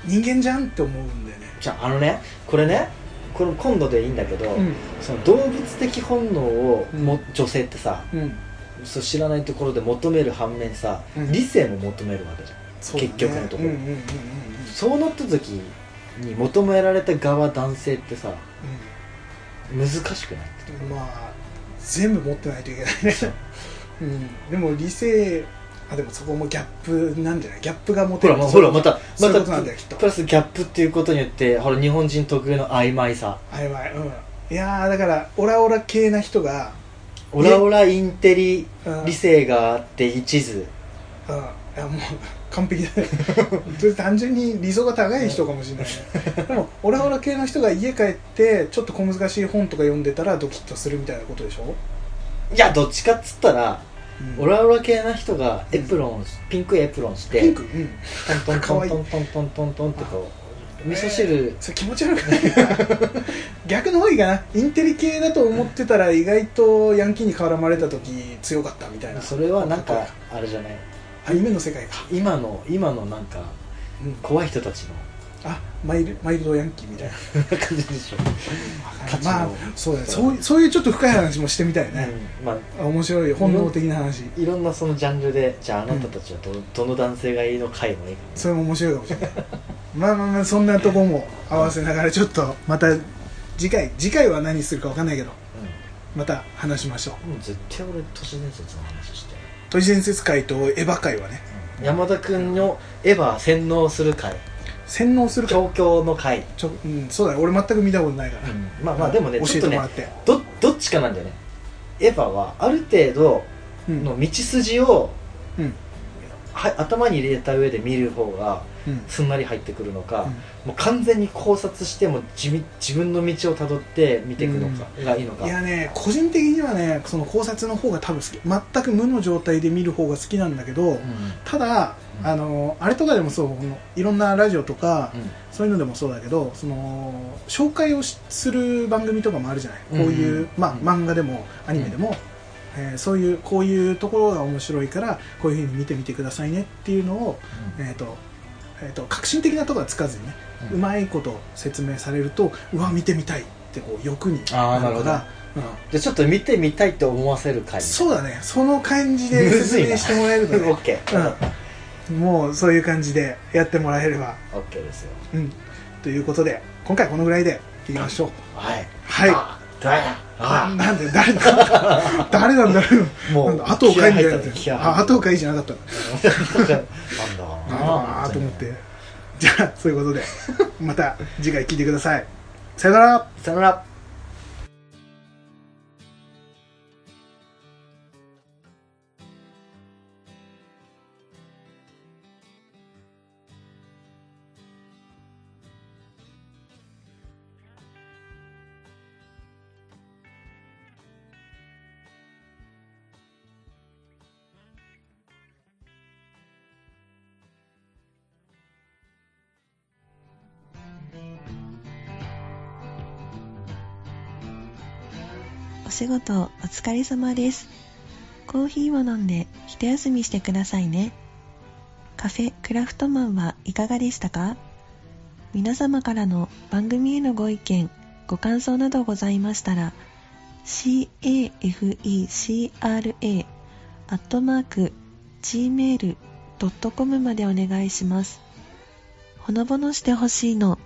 Speaker 1: 人間じゃんって思うんだよね
Speaker 2: じゃああのねこれねこれ今度でいいんだけど、
Speaker 1: うん
Speaker 2: その動物的本能をも、
Speaker 1: うん
Speaker 2: 女性ってさ
Speaker 1: うん
Speaker 2: そう知らないところで求める反面さ、
Speaker 1: うん
Speaker 2: 理性も求めるわけじゃん
Speaker 1: そうだね
Speaker 2: 結局のところ
Speaker 1: うんうんうんうんうん
Speaker 2: そうなった時に求められた側男性ってさ難しくなって
Speaker 1: うんまあ全部持ってないといけないね、 うん、でも理性あでもそこもギャップなんじゃないギャップが持
Speaker 2: ほ
Speaker 1: て
Speaker 2: ら、
Speaker 1: る
Speaker 2: まあ、ほらまた
Speaker 1: そ
Speaker 2: ま
Speaker 1: ういうこ
Speaker 2: た
Speaker 1: となんだよきっと
Speaker 2: プラスギャップっていうことによってほら日本人特有の曖昧さ
Speaker 1: 曖昧うんいやーだからオラオラ系な人が、
Speaker 2: オラオラインテリ
Speaker 1: うん
Speaker 2: 理性があって一途
Speaker 1: うん、いやもう完璧だね それ単純に理想が高い人かもしれない ねでもオラオラ系の人が家帰ってちょっと小難しい本とか読んでたらドキッとするみたいなことでしょ、
Speaker 2: いやどっちかっつったら
Speaker 1: うん
Speaker 2: オラオラ系な人がエプロン、ピンクいエプロンして
Speaker 1: ピンクうん
Speaker 2: トントントントントントントンってこう味噌汁
Speaker 1: それ気持ち悪くない か逆の方がいいかなインテリ系だと思ってたら意外とヤンキーに絡まれた時強かったみたいな
Speaker 2: それはなんかあれじゃない
Speaker 1: アニメの世界か、
Speaker 2: 今の今のなんか
Speaker 1: うん、
Speaker 2: 怖い人たちの
Speaker 1: あマイルマイルドヤンキーみ たいな
Speaker 2: 感じでしょ、価値の
Speaker 1: まあそうだねそうそういうちょっと深い話もしてみたいね、
Speaker 2: うんまあ
Speaker 1: あ面白い本能的な話、
Speaker 2: いろんなそのジャンルでじゃああなたたちはど,、どの男性がいいの回もいいかもね
Speaker 1: それも面白いかもしれない まあまあまあそんなとこも合わせながらちょっとまた次回次回は何するか分かんないけどまた話しましょう
Speaker 2: うん、もう絶対俺都市伝説の話してる
Speaker 1: 都市伝説会とエヴァ会はね
Speaker 2: 山田君のエヴァ洗脳する回
Speaker 1: 洗脳するか
Speaker 2: 調教の回、
Speaker 1: ちょ、うん、そうだね俺全く見たことないから、
Speaker 2: まあまあでもね
Speaker 1: 教
Speaker 2: ち
Speaker 1: え
Speaker 2: ょってと
Speaker 1: も
Speaker 2: ね
Speaker 1: らって、
Speaker 2: どどっちかなんだよねエヴァはある程度
Speaker 1: うん
Speaker 2: の道筋を
Speaker 1: うん
Speaker 2: は頭に入れた上で見る方が
Speaker 1: うん
Speaker 2: すんなり入ってくるのか、
Speaker 1: うん
Speaker 2: もう完全に考察しても自み自分の道をたどって見ていくのか、がいいのか
Speaker 1: いやね個人的にはねその考察の方が多分好き全く無の状態で見る方が好きなんだけど、
Speaker 2: う
Speaker 1: ただ
Speaker 2: うん
Speaker 1: あのあれとかでもそうこのいろんなラジオとか、
Speaker 2: んうん
Speaker 1: そういうのでもそうだけどその紹介をしする番組とかもあるじゃないこういう、
Speaker 2: うん
Speaker 1: まあ、
Speaker 2: うん
Speaker 1: 漫画でもアニメでも、えーそういうこういうところが面白いからこういうふうに見てみてくださいねっていうのを、えーとえー、と革新的なところはつかずにね、
Speaker 2: う
Speaker 1: うんまいこと説明されるとうわ見てみたいってこう欲に
Speaker 2: あー
Speaker 1: なるか
Speaker 2: なる
Speaker 1: ら、う
Speaker 2: でちょっと見てみたいって思わせる回
Speaker 1: ん、そうだねその感じで
Speaker 2: むず
Speaker 1: 説
Speaker 2: いな
Speaker 1: 明してもらえるとね
Speaker 2: オッケー
Speaker 1: うん、もうそういう感じでやってもらえれば、
Speaker 2: オッケーですよ
Speaker 1: うん、ということで今回このぐらいでいきましょう
Speaker 2: はい
Speaker 1: はい
Speaker 2: あだよあ
Speaker 1: なんで誰だ 誰なんだろう
Speaker 2: もう
Speaker 1: なんだ後を書いてな
Speaker 2: 気合入
Speaker 1: い
Speaker 2: ったね気合入った
Speaker 1: あ後を書いじゃなかっ
Speaker 2: なんだろう
Speaker 1: たなあーと思ってじゃあそういうことでまた次回聞いてくださいさよなら
Speaker 2: さよなら
Speaker 3: お仕事お疲れ様です。コーヒーを飲んで一休みしてくださいね。カフェクラフトマンはいかがでしたか皆様からの番組へのご意見、ご感想などございましたら、cafecra.gmail.com までお願いします。ほのぼのしてほしいの